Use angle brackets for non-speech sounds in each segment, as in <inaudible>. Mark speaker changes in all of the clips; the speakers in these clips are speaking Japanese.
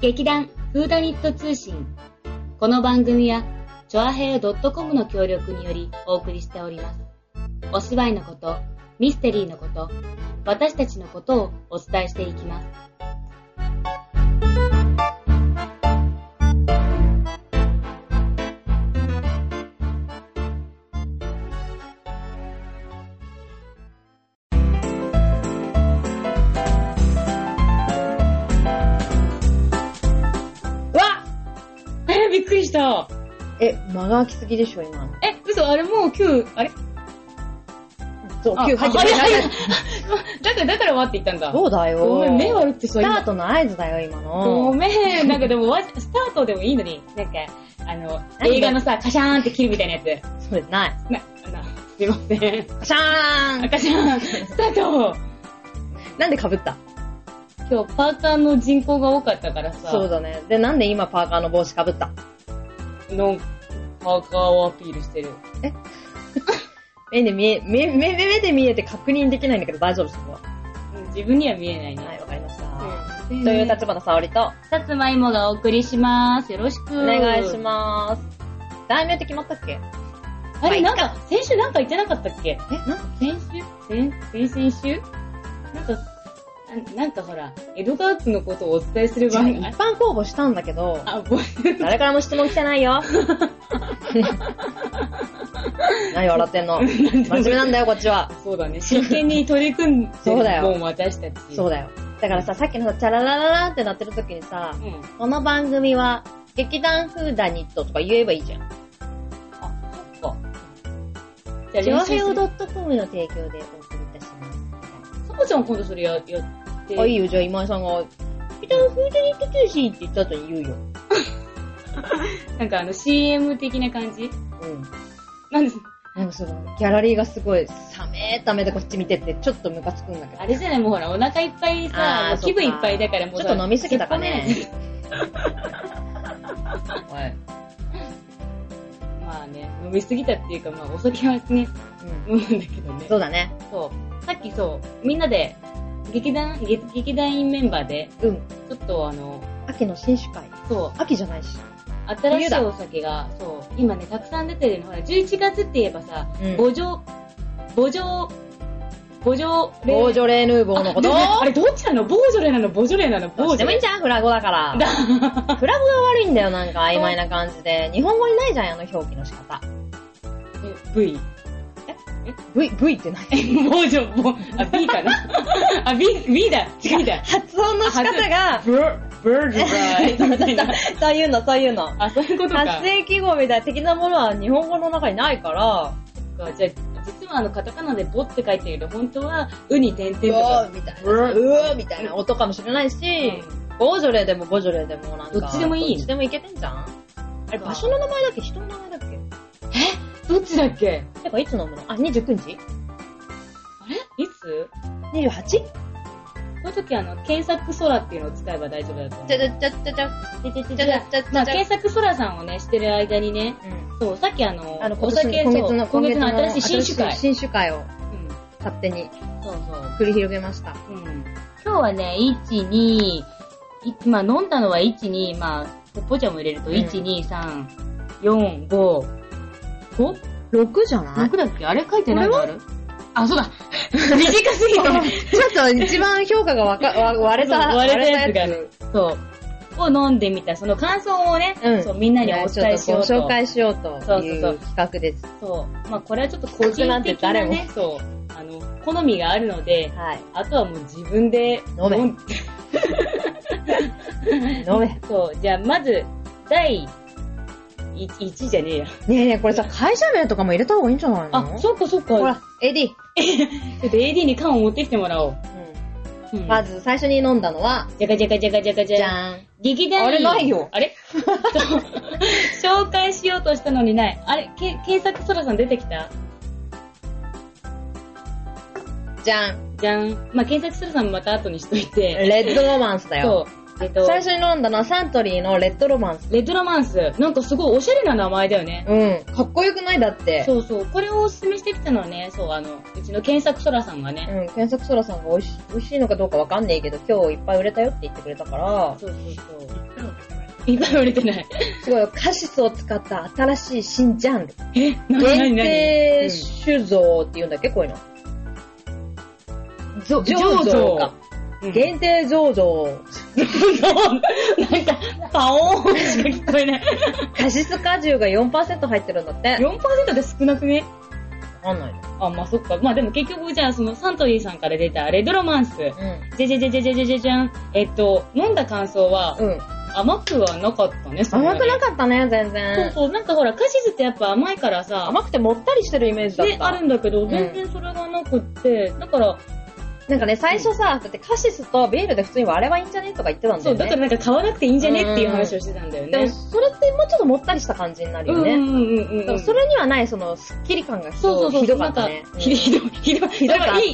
Speaker 1: 劇団フーダニット通信。この番組は、チョアヘオ .com の協力によりお送りしております。お芝居のこと、ミステリーのこと、私たちのことをお伝えしていきます。うわえー、びっくりした。
Speaker 2: え、間が空きすぎでしょ、今。
Speaker 1: え、嘘、あれもう9、あれ
Speaker 2: そう、
Speaker 1: あ
Speaker 2: 9入って
Speaker 1: あ
Speaker 2: く
Speaker 1: 早い
Speaker 2: る。
Speaker 1: だから、だからわって言った
Speaker 2: <laughs>
Speaker 1: んだ。
Speaker 2: そうだよ。
Speaker 1: ごめん、目悪くて
Speaker 2: ス
Speaker 1: さ、
Speaker 2: タ
Speaker 1: 今
Speaker 2: ートの合図だよ、今
Speaker 1: ご
Speaker 2: の。
Speaker 1: めん、なんかでもわ、スタートでもいいのに、なんか、あの、
Speaker 2: 何
Speaker 1: 映画のさ、カシャーンって切るみたいなやつ。
Speaker 2: それない。
Speaker 1: な、あの、すいません。
Speaker 2: カシャー
Speaker 1: あ
Speaker 2: ン
Speaker 1: カシャーン、スタート
Speaker 2: なんで被った
Speaker 1: 今日、パーカーの人口が多かったからさ、
Speaker 2: そうだね。で、なんで今パーカーの帽子被った
Speaker 1: の、パーカーをアピールしてる。
Speaker 2: 目で見え、目、目、目目で見えて確認できないんだけど大丈夫そこは。
Speaker 1: うん自分には見えないね。
Speaker 2: はい、わかりまし
Speaker 1: う
Speaker 2: た。
Speaker 1: ん
Speaker 2: という立花沙織と、
Speaker 1: さつまいもがお送りします。よろしく。
Speaker 2: お願いします。題名って決まったっけえ、
Speaker 1: す。あれ、なんか、先週なんか言ってなかったっけ
Speaker 2: なんか
Speaker 1: 先週先先々週なんか、ななんかほら、江戸川区のことをお伝えする
Speaker 2: 一
Speaker 1: 場合が
Speaker 2: 般公募したんだけど、
Speaker 1: あ、ぼ
Speaker 2: 誰からも質問来てな
Speaker 1: <laughs>
Speaker 2: いよ。何笑ってんの真面目なんだよ、こっちは。
Speaker 1: そうだね。真剣に取り組んで
Speaker 2: そうだ
Speaker 1: る
Speaker 2: よ
Speaker 1: もん、私たち。
Speaker 2: そうだよ。だからさ、さっきのさ、チャララララってなってる時にさ、
Speaker 1: うん。
Speaker 2: この番組は、劇団フーダニットとか言えばいいじゃん。
Speaker 1: あ、そっか。じゃあ
Speaker 2: ジ
Speaker 1: 練
Speaker 2: ョ
Speaker 1: 習
Speaker 2: ア
Speaker 1: する
Speaker 2: ヘオ .com の提供でお送りいたします。
Speaker 1: さこちゃん今度それや、やって。
Speaker 2: あ、いいよ、じゃあ今井さんが、劇団フーダニット通信って言った後に言うよ。
Speaker 1: なんかあの CM 的な感じ
Speaker 2: うん。
Speaker 1: なんです。
Speaker 2: なんかその、ギャラリーがすごい、冷めた目でこっち見てって、ちょっとムカつくんだけど。
Speaker 1: あれじゃないもうほら、お腹いっぱい
Speaker 2: あ
Speaker 1: さ、も
Speaker 2: ー
Speaker 1: う気分いっぱいだからもう
Speaker 2: ちょっと飲みすぎたかね。 <laughs>
Speaker 1: 突っ
Speaker 2: はい。
Speaker 1: 込めないまあね、飲みすぎたっていうか、まあお酒はね、 <laughs>
Speaker 2: うん。
Speaker 1: 飲むんだけどね。
Speaker 2: そうだね。
Speaker 1: そう。さっきそう、みんなで、劇団、劇劇団員メンバーで、
Speaker 2: うん。
Speaker 1: ちょっとあの、
Speaker 2: 秋の新酒会。
Speaker 1: そう、
Speaker 2: 秋じゃないし。
Speaker 1: 新しいお酒が、そう、今ね、たくさん出てるの。ほら、11月って言えばさ、
Speaker 2: うん
Speaker 1: ボジョ、ボジョ、ボジョレ
Speaker 2: ボージョレーヌーボーのこと
Speaker 1: ああれ、どっちなのボージョレなのボジョレなの
Speaker 2: ど
Speaker 1: ボ
Speaker 2: う
Speaker 1: ージ
Speaker 2: で
Speaker 1: ョ
Speaker 2: もいい
Speaker 1: レ。
Speaker 2: じゃん、フラゴだから。フラゴが悪いんだよ、なんか曖昧な感じで。日本語にないじゃん、あの表記の仕方。
Speaker 1: え V。
Speaker 2: V、V ってない。
Speaker 1: え、ボージョ、ボ、あ、B かな <laughs> あ、B、B だ !B だ
Speaker 2: <laughs> 発音の仕方が、
Speaker 1: ブー、ブージョみたいな。
Speaker 2: <laughs> そういうの、そういうの。
Speaker 1: <laughs> あ、そういうことか
Speaker 2: 発。声記号みたいな的なものは日本語の中にないから、
Speaker 1: じゃあ、実はあの、カタカナでボって書いてるけど、本当は、ウに点々
Speaker 2: う
Speaker 1: とか。
Speaker 2: ーみたいな、
Speaker 1: うわ
Speaker 2: うわみたいな音かもしれないし、ボージョレーでもボージョレーでもなんか、
Speaker 1: どっちでもいい
Speaker 2: どっちでもいけてんじゃんあれ、
Speaker 1: うん
Speaker 2: 場所の名前だっけ人の名前だっ
Speaker 1: どっちだっけ
Speaker 2: けてか、いつ飲むのあ、29日
Speaker 1: あれいつ
Speaker 2: ?28? ち
Speaker 1: この時あの、検索空っていうのを使えば大丈夫だと思う。
Speaker 2: ゃちゃちゃちゃちゃ、
Speaker 1: じゃじゃじゃじ
Speaker 2: ちゃち
Speaker 1: ゃ
Speaker 2: ゃちゃ
Speaker 1: まあ、
Speaker 2: ちゃ
Speaker 1: 検。索空さんをね、してる間にね、
Speaker 2: うん
Speaker 1: そう、さっきあの、
Speaker 2: あの、
Speaker 1: お
Speaker 2: 今
Speaker 1: 酒、そ
Speaker 2: 年今
Speaker 1: う
Speaker 2: 月の、
Speaker 1: 今月の新しい新種会。
Speaker 2: 新種会を
Speaker 1: うん。
Speaker 2: 勝手に
Speaker 1: そうそう。
Speaker 2: 繰り広げました。
Speaker 1: うん。今日はね、1、2、いまあ、飲んだのは1、2、まあ、ポッポちゃんも入れると、
Speaker 2: うん
Speaker 1: 1、2、3、4、5、5?
Speaker 2: 6じゃない
Speaker 1: 6だっけあれ書いてないのあるあ、そうだ短すぎて。
Speaker 2: <laughs> ちょっと一番評価がわか、わ割れた、
Speaker 1: そう割れたやつが
Speaker 2: 割れ
Speaker 1: <laughs> そう。を飲んでみた、その感想をね、
Speaker 2: うん
Speaker 1: そうみんなにお
Speaker 2: つ
Speaker 1: 伝えしよう
Speaker 2: ちょっと
Speaker 1: と。
Speaker 2: ご紹介しようと
Speaker 1: そう
Speaker 2: い
Speaker 1: そうそ
Speaker 2: う
Speaker 1: う
Speaker 2: 企画です。
Speaker 1: そう。まあこれはちょっと個人的な
Speaker 2: なんて誰も
Speaker 1: ね、そう、あの、好みがあるので、
Speaker 2: はい。
Speaker 1: あとはもう自分で
Speaker 2: 飲め
Speaker 1: ん
Speaker 2: <laughs> 飲め。
Speaker 1: そう。じゃあまず、第1じゃねえや。
Speaker 2: ねえねえ、これさ、会社名とかも入れた方がいいんじゃないの
Speaker 1: あ、そっかそっか。
Speaker 2: ほら、AD。
Speaker 1: ちょっと AD に缶を持ってきてもらおう。うん
Speaker 2: まず最初に飲んだのは、
Speaker 1: じゃかじゃかじゃかじゃかじ
Speaker 2: じ
Speaker 1: ゃん。
Speaker 2: ゃん。
Speaker 1: 劇団員
Speaker 2: あれないよ <laughs>
Speaker 1: あれそう紹介しようとしたのにない。あれ、け検索そらさん出てきた
Speaker 2: じゃん。
Speaker 1: じゃん。まあ、検索するさんもまた後にしといて。
Speaker 2: レッドロマンスだよ。
Speaker 1: そう。えっと、
Speaker 2: 最初に飲んだのはサントリーのレッドロマンス。
Speaker 1: レッドロマンス。なんかすごいおしゃれな名前だよね。
Speaker 2: うん。かっこよくないだって。
Speaker 1: そうそう。これをおすすめしてきたのはね、そう、あの、うちの検索そらさんがね。
Speaker 2: うん、検索ソラさんが美味しい美味しいのかどうかわかんねえけど、今日いっぱい売れたよって言ってくれたから、
Speaker 1: そうそうそう。いっぱい売れてない。 <laughs>
Speaker 2: すごい、カシスを使った新しい新ジャンル。
Speaker 1: え、なになに
Speaker 2: 限
Speaker 1: なに
Speaker 2: 定酒造って言うんだっけこういうの。
Speaker 1: ぞ
Speaker 2: 醸造か。
Speaker 1: うん
Speaker 2: 限定醸造。
Speaker 1: なんか、パオーンしか聞こえない。
Speaker 2: カシス果汁が4%入ってるんだって。わ
Speaker 1: 4%で少なくね
Speaker 2: かんないよ。
Speaker 1: あ、まあそっか。まあでも結局じゃあそのサントリーさんから出たレッドロマンス。
Speaker 2: う
Speaker 1: じゃじゃじゃじゃじゃじゃじゃじゃん。えっと、飲んだ感想は、
Speaker 2: ん。うん。
Speaker 1: 甘くはなかったね、そん
Speaker 2: 甘く
Speaker 1: に
Speaker 2: なかったね、全
Speaker 1: そう
Speaker 2: 然。
Speaker 1: そう、なんかほら、カシスってやっぱ甘いからさ、
Speaker 2: 甘くてもったりしてるイメージだっ
Speaker 1: で
Speaker 2: た。
Speaker 1: あるんだけど、
Speaker 2: ん
Speaker 1: 全然それがなくって、だから、
Speaker 2: なんかね、最初さ、だってカシスとビールで普通に割ればいいんじゃねとか言ってたんだ
Speaker 1: そ
Speaker 2: よ
Speaker 1: う、
Speaker 2: ね。
Speaker 1: だからなんか買わなくていいんじゃねっていう話をしてたんだよ
Speaker 2: でも
Speaker 1: ね。
Speaker 2: それってもうちょっともったりした感じになるよね。
Speaker 1: うんうんうんうん
Speaker 2: だからそれにはない、その、スッキリ感がひ
Speaker 1: そうそうそう。
Speaker 2: ひどかったね
Speaker 1: なん。かひひどい、ひどい、ひ
Speaker 2: ひどかった
Speaker 1: いい、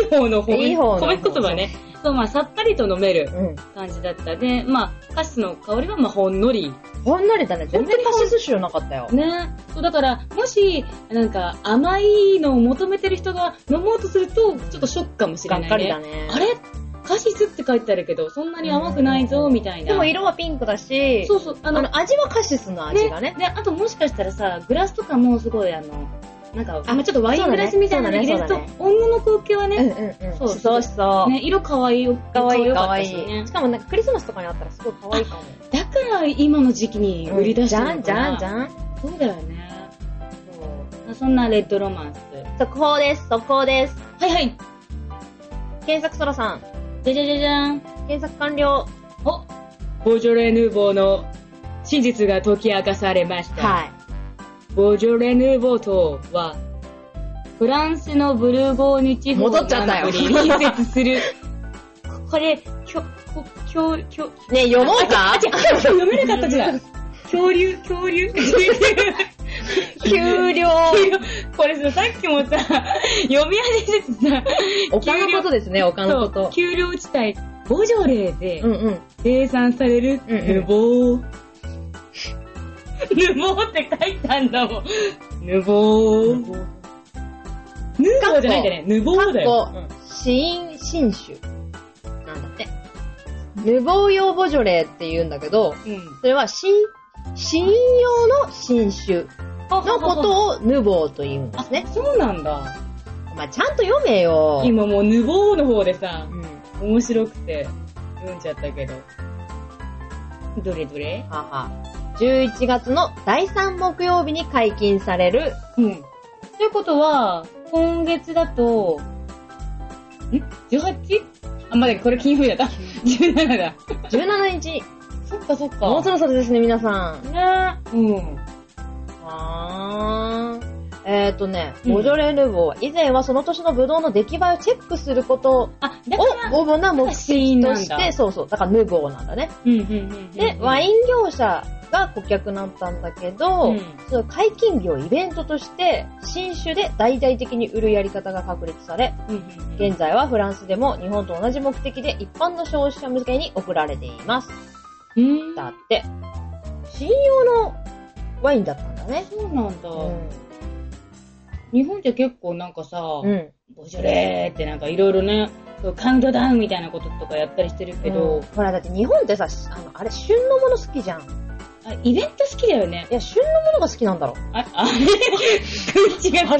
Speaker 1: いい方の方
Speaker 2: いい方の
Speaker 1: 褒
Speaker 2: 方
Speaker 1: め言葉ね。そう、まあ、さっぱりと飲める
Speaker 2: うん。
Speaker 1: 感じだった。で、まあ、カシスの香りは、まあ、ほんのり。
Speaker 2: ほんのりだね。全
Speaker 1: 本当
Speaker 2: 然
Speaker 1: に
Speaker 2: カシス臭なかったよ。
Speaker 1: ね。そう、だから、もし、なんか、甘いのを求めてる人が飲もうとすると、ちょっとショックかもしれ
Speaker 2: が
Speaker 1: ない、ね。
Speaker 2: っかりだね。
Speaker 1: あれカシスって書いてあるけど、そんなに甘くないぞ、みたいな。
Speaker 2: でも色はピンクだし、
Speaker 1: そうそう、あ
Speaker 2: あ
Speaker 1: の、
Speaker 2: の、味はカシスの味がね。
Speaker 1: で、あともしかしたらさ、グラスとかもすごいあの、なんか、
Speaker 2: あ
Speaker 1: まあちょっとワイングラスみたいなのに入れる
Speaker 2: そ
Speaker 1: と、
Speaker 2: うだね
Speaker 1: 女の光景はね、
Speaker 2: うんうんうん。
Speaker 1: そう
Speaker 2: しそうしそう。
Speaker 1: ね、色可愛いよ。
Speaker 2: かわいい
Speaker 1: 色
Speaker 2: か
Speaker 1: 可
Speaker 2: わ
Speaker 1: 愛
Speaker 2: い
Speaker 1: しね
Speaker 2: い。しかもなんかクリスマスとかにあったらすごいかわいいかも。
Speaker 1: だから今の時期に売り出してる
Speaker 2: じゃんじゃんじ
Speaker 1: ん。
Speaker 2: ゃん。
Speaker 1: そうだよね。そうそんなレッドロマンス。
Speaker 2: 速報です、速報です。
Speaker 1: はいはい。
Speaker 2: 検索そらさん、
Speaker 1: じゃじゃじゃじゃん。
Speaker 2: 検索完了。
Speaker 1: おボジョレ・ヌーボーの真実が解き明かされました。
Speaker 2: はい。
Speaker 1: ボジョレ・ヌーボー島は、フランスのブルーゴーニュ地方
Speaker 2: 戻っちゃったよ
Speaker 1: 南部に隣接する。 <laughs> ここれ、きょ、こ、きょ、きょ、
Speaker 2: ね読もうか
Speaker 1: あ、違う、読めなかったじゃん。 <laughs> 恐竜、恐竜 <laughs>
Speaker 2: 給 <laughs> 料。
Speaker 1: これさ、さっきもさ、 <laughs> 読み上げててさ、
Speaker 2: 丘のことですね、丘のこ
Speaker 1: そう
Speaker 2: と。
Speaker 1: 丘陵地帯、ボジョレーで
Speaker 2: うんうん。
Speaker 1: 生産される、
Speaker 2: うんうん
Speaker 1: ぬぼう。 <laughs> ぬぼうって書いたんだもん。ぬぼう。ぬぼうじゃないんだね。ぬぼうだよ。
Speaker 2: かっこ、死因新種。なんだって。無謀用ボジョレーって言うんだけど、
Speaker 1: うん
Speaker 2: それは死、死因用の新種のことを無謀と言うんで
Speaker 1: あ
Speaker 2: すね。
Speaker 1: そうなんだ。
Speaker 2: まあ、ちゃんと読めよ。
Speaker 1: 今もうぬぼうの方でさ
Speaker 2: う、ん。は
Speaker 1: 面白くて読んじゃったけど。どれどれ
Speaker 2: は。11月の第3木曜日に解禁される。
Speaker 1: うん。ということは、今月だと、ん ?18? あ、まだこれ金曜日だった。17だ。
Speaker 2: 17日。
Speaker 1: そっかそっか。
Speaker 2: もうそろそろですね、皆さん。
Speaker 1: ねうん。
Speaker 2: あー。えっ、ー、とね、
Speaker 1: うん
Speaker 2: ボジョレ・ヌーボーは以前はその年のブドウの出来栄えをチェックすること
Speaker 1: あ、だから、
Speaker 2: を主な目
Speaker 1: 死因
Speaker 2: 的
Speaker 1: な
Speaker 2: と
Speaker 1: ん
Speaker 2: し
Speaker 1: だ
Speaker 2: て、そうそう、だからヌーボーなんだね。
Speaker 1: うんうんうんうん。
Speaker 2: で、ワ
Speaker 1: イ
Speaker 2: イン業者が顧客だったんだけど、
Speaker 1: うん
Speaker 2: その解禁日をイベントとして、新種で大々的に売るやり方が確立され、
Speaker 1: ン、うんうんうん
Speaker 2: 現在はフランスでも日本と同じ目的で一般の消費者向けに送られています。
Speaker 1: うん。
Speaker 2: だって、信用のワインだったんだね。
Speaker 1: そうなんだ。
Speaker 2: うん。
Speaker 1: 日本って結構なんかさ、
Speaker 2: うん。
Speaker 1: ボジョレーってなんかいろいろね、そうカウントダウンみたいなこととかやったりしてるけど、
Speaker 2: ほら、だって日本ってさ、しあの、あれ、旬のもの好きじゃん。
Speaker 1: あイベント好きだよね。
Speaker 2: いや、旬のものが好きなんだろ。
Speaker 1: あ、あれ <laughs> 違った。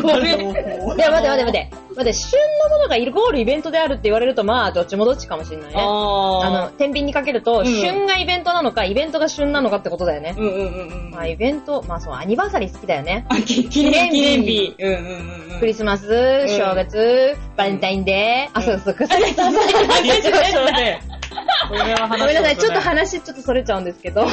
Speaker 1: ごめん。
Speaker 2: いや、待て待て待て。待て、旬のものがイコールイベントであるって言われると、まあ、どっちもどっちかもしれないね。あ
Speaker 1: あ
Speaker 2: の、天秤にかけると、
Speaker 1: ん
Speaker 2: 旬がイベントなのか、イベントが旬なのかってことだよね
Speaker 1: ー。。うんうんうんうん。
Speaker 2: まあ、イベント、まあそう、アニバーサリー好きだよね。
Speaker 1: あ、記記念記念日。うんうんうんうん。
Speaker 2: クリスマス、
Speaker 1: ん
Speaker 2: 正月、バレンタインデー、あ、そうそう、クリスマス。 <laughs> ごめんなさい、ちょっと話、ちょっとそれちゃうんですけ
Speaker 1: <laughs>
Speaker 2: ど。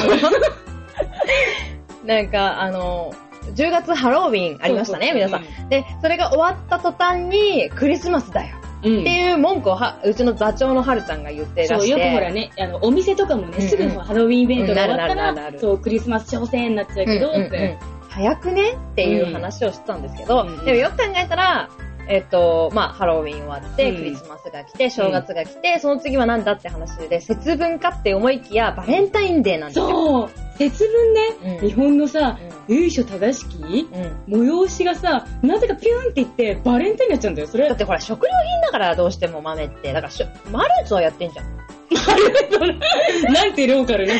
Speaker 2: なんか、あの、10月ハロウィンありましたね、
Speaker 1: そうそう
Speaker 2: 皆
Speaker 1: そ
Speaker 2: さ。
Speaker 1: うん
Speaker 2: で、それが終わった途端に、クリスマスだよ。
Speaker 1: うん
Speaker 2: っていう文句をは、うちの座長の春ちゃんが言ってら
Speaker 1: そ
Speaker 2: し
Speaker 1: う、
Speaker 2: て。
Speaker 1: よくほらね、あの、お店とかもね、
Speaker 2: うんうん
Speaker 1: すぐハロウィンイベントが終わった
Speaker 2: うんなるなるなるな
Speaker 1: ら、
Speaker 2: る
Speaker 1: そう、クリスマス商戦になっちゃうけど、って。
Speaker 2: 早くねっていう話をしてたんですけど、
Speaker 1: うん
Speaker 2: でもよく考えたら、えっと、まあ、ハロウィン終わって、
Speaker 3: うん
Speaker 2: クリスマスが来て、正月が来て、その次はなんだって話で、節分かって思いきや、バレンタインデーなんですよ。
Speaker 3: そう節分ね、
Speaker 2: うん
Speaker 3: 日本のさ、
Speaker 2: う
Speaker 3: 由緒正しき
Speaker 2: ん。うん。
Speaker 3: 催しがさ、なぜかピュンっていってバレンタインになっちゃうんだよ。それ
Speaker 2: だっ、てほら、食料品だからどうしても豆って、だからしょ、マルツはやってんじゃ
Speaker 3: <laughs>
Speaker 2: ん。
Speaker 3: なんてローカ
Speaker 2: <laughs>
Speaker 3: ルな。
Speaker 2: ス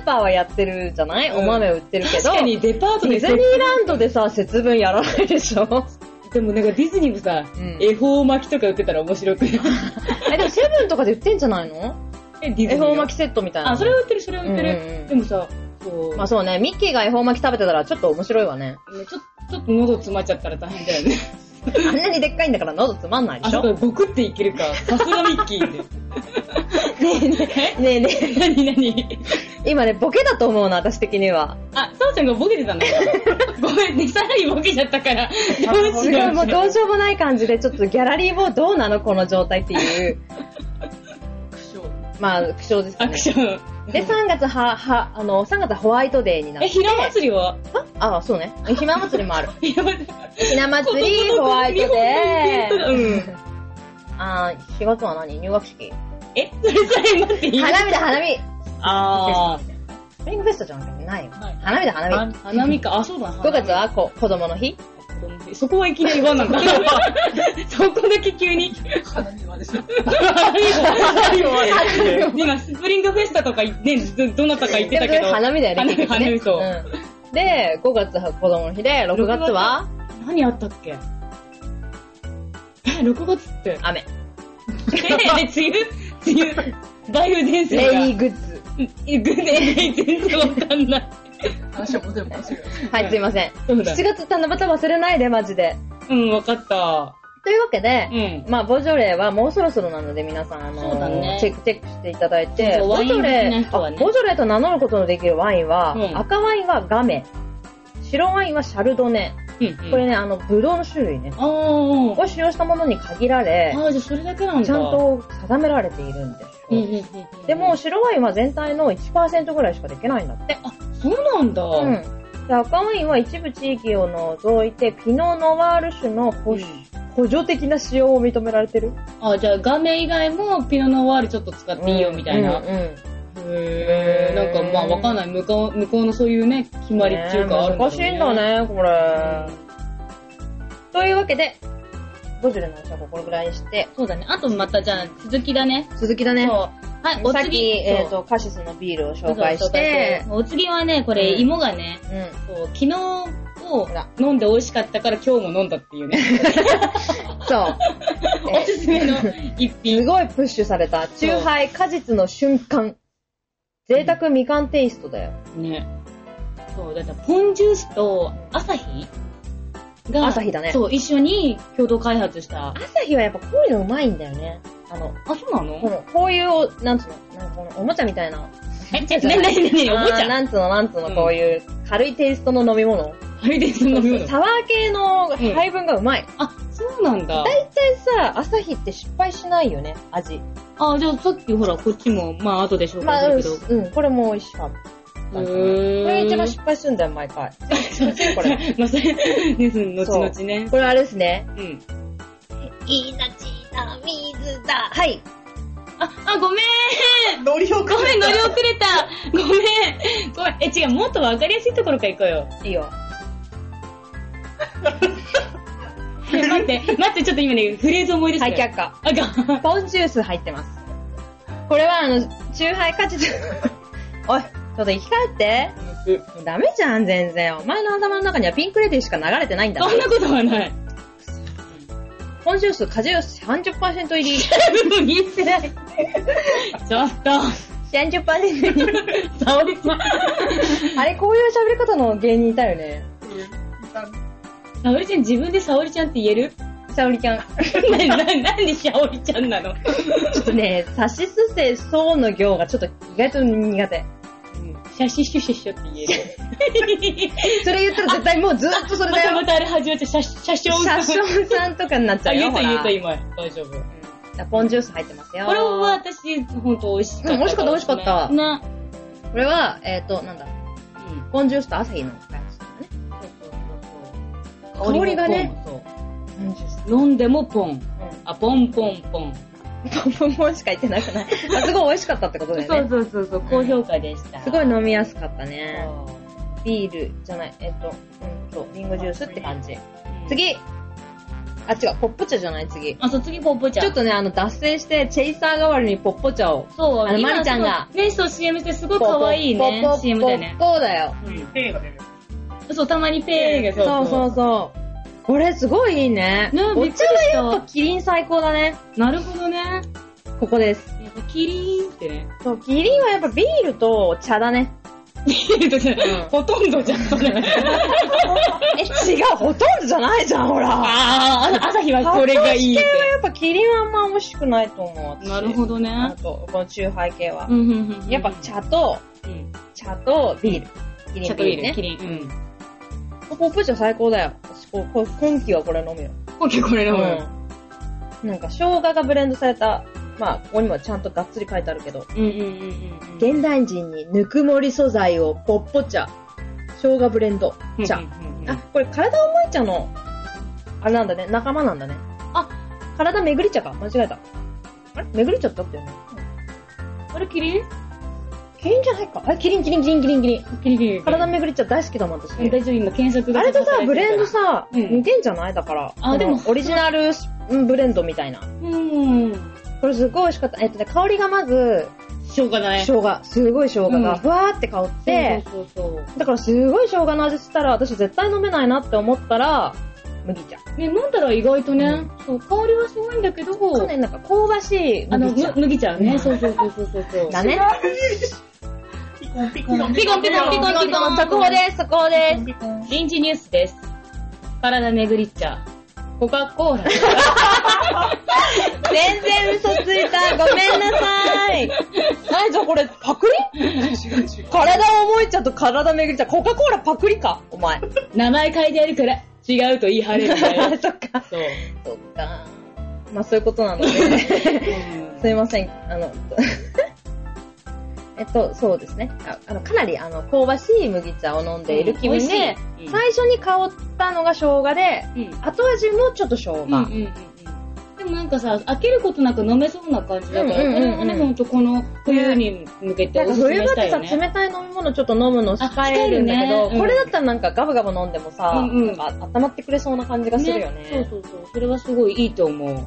Speaker 2: ーパーはやってるじゃない、
Speaker 3: う
Speaker 2: お
Speaker 3: ん
Speaker 2: 豆を売ってるけ
Speaker 3: 確
Speaker 2: ど。
Speaker 3: かにデパート
Speaker 2: デ
Speaker 3: で
Speaker 2: ィズニーランドでさ、節分やらないでしょ
Speaker 3: でもなんかディズニーもさ、
Speaker 2: うん
Speaker 3: 恵方巻きとか売ってたら面白くない
Speaker 2: <laughs> え、でもセブンとかで売ってんじゃないの
Speaker 3: え、ディズニー
Speaker 2: 恵
Speaker 3: の。
Speaker 2: 方巻きセットみたいな。
Speaker 3: あ、それは売ってる、それは売ってる。
Speaker 2: うんうんうん
Speaker 3: でもさ、こう、
Speaker 2: まあそうね、ミッキーが恵方巻き食べてたらちょっと面白いわね。
Speaker 3: ねちょちょっと喉詰まっちゃったら大変だよね。
Speaker 2: あんなにでっかいんだから喉つまんないで
Speaker 3: あ
Speaker 2: し
Speaker 3: そ
Speaker 2: ょ
Speaker 3: こ
Speaker 2: ね
Speaker 3: でボクっていけるか。さすがミッキーって。
Speaker 2: えねえ、ねえ
Speaker 3: <laughs>
Speaker 2: ね
Speaker 3: なになに
Speaker 2: え、今ね、ボケだと思うの、私的には。
Speaker 3: あ、そうちゃんがボケてた <laughs> んだよ。ごめんね、さらにボケちゃったから。どうしよう。
Speaker 2: もうどうしようもない感じで、ちょっとギャラリーもどうなのこの状態っていう。まあ、苦笑です
Speaker 3: ア
Speaker 2: ね
Speaker 3: ク。ション。
Speaker 2: で、3月は、は、あの、3月はホワイトデーになっ
Speaker 3: え、
Speaker 2: て。
Speaker 3: ひな祭りは
Speaker 2: ああ、そうね。ひな祭りもある。
Speaker 3: ひな
Speaker 2: ひな祭り、ホワイトデー。あー、4月は何入学式
Speaker 3: え、それそれ待っていい
Speaker 2: 花火だ、花火
Speaker 3: あ
Speaker 2: スプリングフェストじゃなくてないよ。
Speaker 3: はい
Speaker 2: 花火だ、
Speaker 3: あ
Speaker 2: 花火。
Speaker 3: 花見か。あ、そうだ、
Speaker 2: 5
Speaker 3: 花見
Speaker 2: 月はこ子供の日
Speaker 3: そこはいきなりワンなんだ。そこだけ急に。
Speaker 4: 花見はでしょ。
Speaker 3: 今、スプリングフェスタとか、ね、どどなたか言ってたけ
Speaker 2: でも
Speaker 3: ど。
Speaker 2: 花見だよね、結局
Speaker 3: 花見
Speaker 2: ね。
Speaker 3: そう
Speaker 2: うんで、5月は子供の日で、6月は
Speaker 3: 何あったっけえ、6月
Speaker 2: <laughs>
Speaker 3: って。
Speaker 2: 雨。
Speaker 3: え、梅雨梅雨。梅雨前線が。
Speaker 2: レイグッズ。
Speaker 3: えグレイ全然わかんない。
Speaker 4: 話はもう全部忘れる。
Speaker 2: はい、すいません。
Speaker 3: そう
Speaker 2: 7
Speaker 3: だ。
Speaker 2: 月七夕忘れないで、マジで。
Speaker 3: うん、わかった。
Speaker 2: というわけで
Speaker 3: う、ん。
Speaker 2: まあ、ボジョレーはもうそろそろなので、皆さん、あ
Speaker 3: そうだ
Speaker 2: の、
Speaker 3: ね
Speaker 2: チェック、チェックしていただいて、
Speaker 3: そう
Speaker 2: ボ
Speaker 3: ワイン
Speaker 2: ジョレ
Speaker 3: 好きな
Speaker 2: ー、
Speaker 3: 人はね
Speaker 2: あボジョレーと名乗ることのできるワインは、
Speaker 3: うん
Speaker 2: 赤ワインはガメ、白ワインはシャルドネ。
Speaker 3: うんうん
Speaker 2: これね、あの、ブドウの種類ね。
Speaker 3: あー
Speaker 2: を使用したものに限られ、
Speaker 3: あー、じゃあそれだけなんだ。
Speaker 2: ちゃん、と定められているんです
Speaker 3: うん
Speaker 2: よ
Speaker 3: うんうんうん、
Speaker 2: でも、、白ワインは全体の1%ぐらいしかできないんだって。
Speaker 3: そうなんだ。
Speaker 2: うん。で赤ワインは一部地域を除いて、ピノ・ノワール種の補,、補助的な使用を認められてる。
Speaker 3: あ、じゃあ画面以外もピノノワールちょっと使っていいよみたいな。
Speaker 2: うんうん
Speaker 3: へー、なんかまあわかんない。向こう、向こうのそういうね、決まりっていうかあるんだろう
Speaker 2: 難
Speaker 3: ね。
Speaker 2: しいんだね、これ。というわけで、ボジュレの話はここぐらいにして、
Speaker 3: そうだね。あとまたじゃあ続きだね。
Speaker 2: 続きだね。
Speaker 3: そう。
Speaker 2: さ
Speaker 3: はい、お
Speaker 2: っき、
Speaker 3: 次。
Speaker 2: えっ、
Speaker 3: そう、
Speaker 2: と、カシスのビールを
Speaker 3: そう
Speaker 2: 紹介して、
Speaker 3: お次はね、これ、
Speaker 2: うん
Speaker 3: 芋がね、
Speaker 2: うん。
Speaker 3: そう昨日を
Speaker 2: ほら
Speaker 3: 飲んで美味しかったから今日も飲んだっていうね。 <laughs>
Speaker 2: そう。
Speaker 3: おすすめの一
Speaker 2: す
Speaker 3: 品。
Speaker 2: ごいプッシュされた。チューハイ果実の瞬間。贅沢みかんテイストだよ。
Speaker 3: ね。そう、だからポンジュースと朝日が、
Speaker 2: 朝日だね
Speaker 3: そう、一緒に共同開発した。
Speaker 2: 朝日はやっぱこういうのうまいんだよね。あの、
Speaker 3: あ、そうなの
Speaker 2: この、こういうお、なんつうの、なんかこのおもちゃみたいな。
Speaker 3: え、ちょ、なになになにおもち
Speaker 2: あー
Speaker 3: ゃ
Speaker 2: なんつうの、なんつう
Speaker 3: うん
Speaker 2: の、こういう軽いテイストの飲み物。
Speaker 3: あれでそんな風なの
Speaker 2: サワー系の配分がうまい。
Speaker 3: あ、そうなん
Speaker 2: 大
Speaker 3: だ。
Speaker 2: 体さ、朝日って失敗しないよね、味。
Speaker 3: あ、じゃあさっきほら、こっちも、まあ後で紹
Speaker 2: ま
Speaker 3: 介
Speaker 2: あ、
Speaker 3: す
Speaker 2: う
Speaker 3: る
Speaker 2: ん、
Speaker 3: けど。
Speaker 2: うんこれも美味しかった。
Speaker 3: う
Speaker 2: こ
Speaker 3: ーん。
Speaker 2: れ一番失敗するんだよ、毎回。これ。
Speaker 3: ま <laughs> あ、それ、ね、その、後々ね。
Speaker 2: これあれですね。
Speaker 3: うん。
Speaker 2: いいな、チーな、水だ。はい。
Speaker 3: あ、あ、ごめん
Speaker 4: 乗り遅
Speaker 3: ごめん、乗り遅れたごめんごめん。え、違う、もっとわかりやすいところから行こうよ。
Speaker 2: いいよ。
Speaker 3: え待って、待って、ちょっと今ね、フレーズ思い出し
Speaker 2: はい、
Speaker 3: た。
Speaker 2: 却下。
Speaker 3: あが、
Speaker 2: ポンジュース入ってます。これは、あの、チューハイ果実。 <laughs> おい、ちょっと生き返って。もうダメじゃん、全然。お前の頭の中にはピンクレディーしか流れてないんだ。
Speaker 3: そんなことはない。
Speaker 2: ポンジュース、果汁30%入 <laughs> り。
Speaker 3: もう言ってない。ちょっと、
Speaker 2: 30%入 <laughs> り。
Speaker 3: 沙織さん。
Speaker 2: あれ、こういう喋り方の芸人いたよね。
Speaker 3: 沙織ちゃん、自分で沙織ちゃんって言える
Speaker 2: 沙織 <laughs> ちゃん。
Speaker 3: な、な、なんで沙織ちゃんなの
Speaker 2: ちょっとね、さしすせそうの行がちょっと意外と苦手。
Speaker 3: シャシシュシュシュって言える。
Speaker 2: それ言ったら絶対もうずっとそれ
Speaker 3: ま
Speaker 2: だ
Speaker 3: た
Speaker 2: よ
Speaker 3: ま。たあれ始まっちゃう。シャシャション。
Speaker 2: 車掌さんとかになっちゃ
Speaker 3: あ、
Speaker 2: うよ。
Speaker 3: 言うと
Speaker 2: ほら
Speaker 3: 言うと今。大丈夫。
Speaker 2: うんポンジュース入ってますよ。
Speaker 3: これは私、ほんと美味しかった、
Speaker 2: うん美味しかった美味しかった
Speaker 3: な。
Speaker 2: これは、えっ、と、なんだ、
Speaker 3: うん
Speaker 2: ポンジュースと朝日の開発だね。
Speaker 3: そうそうそうそう。
Speaker 2: 香りがね
Speaker 3: もそう。
Speaker 2: 何十歳。
Speaker 3: 飲んでもポン。
Speaker 2: う
Speaker 3: あ、ポンポンポン。
Speaker 2: ん。ポンポンしか言ってなくない。 <laughs> あすごい美味しかったってことだ
Speaker 3: そ
Speaker 2: よ
Speaker 3: う
Speaker 2: ね。
Speaker 3: そうそうそう、高評価でした。
Speaker 2: すご
Speaker 3: い。
Speaker 2: い飲みやすかったね。ビールじゃない、えっと、うんと、リンゴジュースって感じ。次あ、違う、ポッポ茶じゃない、次。
Speaker 3: あ、そう、次ポッポちゃん。
Speaker 2: ちょっとね、あの、脱線して、チェイサー代わりにポッポ茶を。
Speaker 3: そう、
Speaker 2: あの
Speaker 3: 今
Speaker 2: まりちゃんが。
Speaker 3: ね、そう、CM してすごい可愛いね
Speaker 2: ポッポ、
Speaker 3: CM だよね。
Speaker 2: ポッポだよ。
Speaker 3: うん
Speaker 1: 手が出る。
Speaker 3: そう、たまにペーが
Speaker 2: そうそうそう。これすごいいいね。
Speaker 3: ね
Speaker 2: お
Speaker 3: びっくりし
Speaker 2: 茶
Speaker 3: た
Speaker 2: はやっぱキリン最高だね。
Speaker 3: なるほどね。や
Speaker 2: ここです。
Speaker 3: っぱキリーンってね。 <laughs>
Speaker 2: そう、キリンはやっぱビールと茶だね。うん
Speaker 3: ほとんどじゃん、それ。
Speaker 2: え、違う、ほとんどじゃないじゃん、ほら。
Speaker 3: あー、朝日はこれがいいっ
Speaker 2: 発泡酒系は
Speaker 3: て。
Speaker 2: やっぱキリンはあんま美味しくないと思う。私
Speaker 3: なるほど
Speaker 2: あ
Speaker 3: ね。
Speaker 2: と、このチューハイ系は
Speaker 3: う。んうんうん
Speaker 2: やっぱ茶と、
Speaker 3: うん
Speaker 2: 茶とビール。キリ
Speaker 3: 茶
Speaker 2: ン
Speaker 3: と
Speaker 2: ビ
Speaker 3: ビ
Speaker 2: ー
Speaker 3: ー
Speaker 2: ル
Speaker 3: ル、キ
Speaker 2: ね。
Speaker 3: リン。うん。
Speaker 2: ポップ茶最高だよ。私こうこう今季はこれ飲むよ。
Speaker 3: 今季これ飲む。
Speaker 2: うん。なんか、生姜がブレンドされた、まあ、ここにもちゃんとがっつり書いてあるけど、
Speaker 3: うんうんうんうんうん。
Speaker 2: 現代人にぬくもり素材をポッポ茶、生姜ブレンド茶。
Speaker 3: うんうんうん
Speaker 2: あ、これ体思い茶の、あれなんだね、仲間なんだね。あ、体めぐり茶か。間違えた。あれめぐり茶だったよね。
Speaker 3: これキリン
Speaker 2: キリンじゃないか。あ、キリンキリンキリンキリンキリン。
Speaker 3: キリンキリン。
Speaker 2: 体めぐり茶大好きだもん、私。
Speaker 3: うん大丈夫、今検索が
Speaker 2: あれとさ、ブレンド
Speaker 3: さ
Speaker 2: さ、
Speaker 3: うん
Speaker 2: 似てんじゃないだから。
Speaker 3: あでも
Speaker 2: このオリジナルうんブレンドみたいな。
Speaker 3: れてるから。うん。
Speaker 2: これすごい美味しかった。えっとね、香りがまず、
Speaker 3: しょうがない。
Speaker 2: 生姜、すごい生姜
Speaker 3: うん
Speaker 2: がふわーって香って、
Speaker 3: そうそうそう
Speaker 2: だからすごい生姜の味したら、私絶対飲めないなって思ったら、麦茶。
Speaker 3: ね、飲んだら意外とね、
Speaker 2: うん
Speaker 3: そう、香りはすごいんだけど、
Speaker 2: かなりなんか香ばしい
Speaker 3: あの、
Speaker 2: 麦茶
Speaker 3: む。麦茶ね、
Speaker 2: うん
Speaker 3: そうそうそうそうそうそう。
Speaker 2: だね。
Speaker 1: ピコンピコン。
Speaker 3: ピコンピコンピコンピコン
Speaker 2: 速報です、速報です。
Speaker 1: ピコン。
Speaker 3: 臨時ニュースです。体めぐり茶。コカ・コ
Speaker 2: <laughs>
Speaker 3: ーラ。
Speaker 2: 全然嘘ついた。ごめんなさい。何じゃこれ、パクリ
Speaker 1: 違う違う。
Speaker 2: 体を思いちゃうと体めぐりちゃう。コカ・コーラパクリか、お前。
Speaker 3: 名前変えてやるから、違うと言い張れるみたいな。
Speaker 2: <laughs> そっか。
Speaker 3: そう。
Speaker 2: そっか。まあそういうことなので、すいません。あの、 <laughs> えっと、そうですね。ああのかなりあの香ばしい麦茶を飲んでいる気分で、
Speaker 3: 美味しいうん
Speaker 2: 最初に香ったのが生姜で、
Speaker 3: うん。
Speaker 2: 後味もちょっと生姜。
Speaker 3: うんうんうんうん。でもなんかさ、飽きることなく飲めそうな感じだから、
Speaker 2: うんうんうんうん
Speaker 3: これはね、ほんとこの冬に向けて
Speaker 2: なん
Speaker 3: お
Speaker 2: か
Speaker 3: すすめ
Speaker 2: 冬場
Speaker 3: し
Speaker 2: ったて
Speaker 3: いよ
Speaker 2: さ、
Speaker 3: ね。
Speaker 2: 冷たい飲み物ちょっと飲むの控えるんだけ
Speaker 3: あ控え
Speaker 2: ど、
Speaker 3: るねうん
Speaker 2: これだったらなんかガブガブ飲んでもさ、
Speaker 3: うんう
Speaker 2: な
Speaker 3: ん
Speaker 2: んか温まってくれそうな感じがするよね。
Speaker 3: そうそうそう。それはすごいいいと思う。
Speaker 2: うん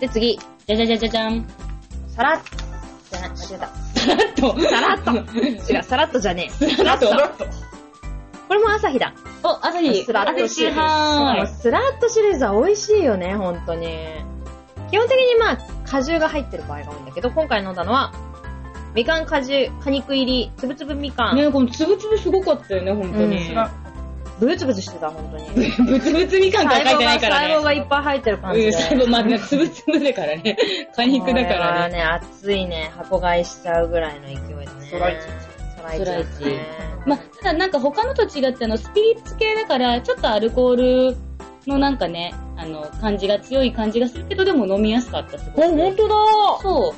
Speaker 2: で、次、
Speaker 3: じゃじゃじゃじゃじゃん。
Speaker 2: さらっ、じゃない、間違え <laughs>
Speaker 3: と。
Speaker 2: た。さらっと。違う、さらっとじゃねえ。
Speaker 3: さらっと。
Speaker 2: これも朝日だ。
Speaker 3: お、朝日。
Speaker 2: スラッと
Speaker 3: 朝
Speaker 2: シリ
Speaker 3: 日
Speaker 2: ーズ。
Speaker 3: は
Speaker 2: もう
Speaker 3: ーい。
Speaker 2: スラッとシリーズは美味しいよね、本当に。基本的にまあ、果汁が入ってる場合が多いんだけど、今回飲んだのは、みかん果汁、果肉入り、つぶつぶみかん。
Speaker 3: ねこのつぶつぶすごかったよね、本当に。
Speaker 2: うん
Speaker 1: 違う。
Speaker 2: ブツブツしてた、本当に。
Speaker 3: ぶつぶつみかんとは書いてないからね。
Speaker 2: 細胞が細胞がいっぱい入ってる感じで。
Speaker 3: うん、細胞、まあ、つぶつぶだから <laughs> ね。果肉だ <laughs> からね。
Speaker 2: これはね、熱いね、箱買いしちゃうぐらいの勢いだね。
Speaker 1: ストライチ
Speaker 2: ストライチだね。
Speaker 3: ストライチまあ、ただなんか他のと違ってあの、スピリッツ系だから、ちょっとアルコールのなんかね、あの、感じが強い感じがするけど、でも飲みやすかった、すごい。
Speaker 2: お、ほんとだ
Speaker 3: そう。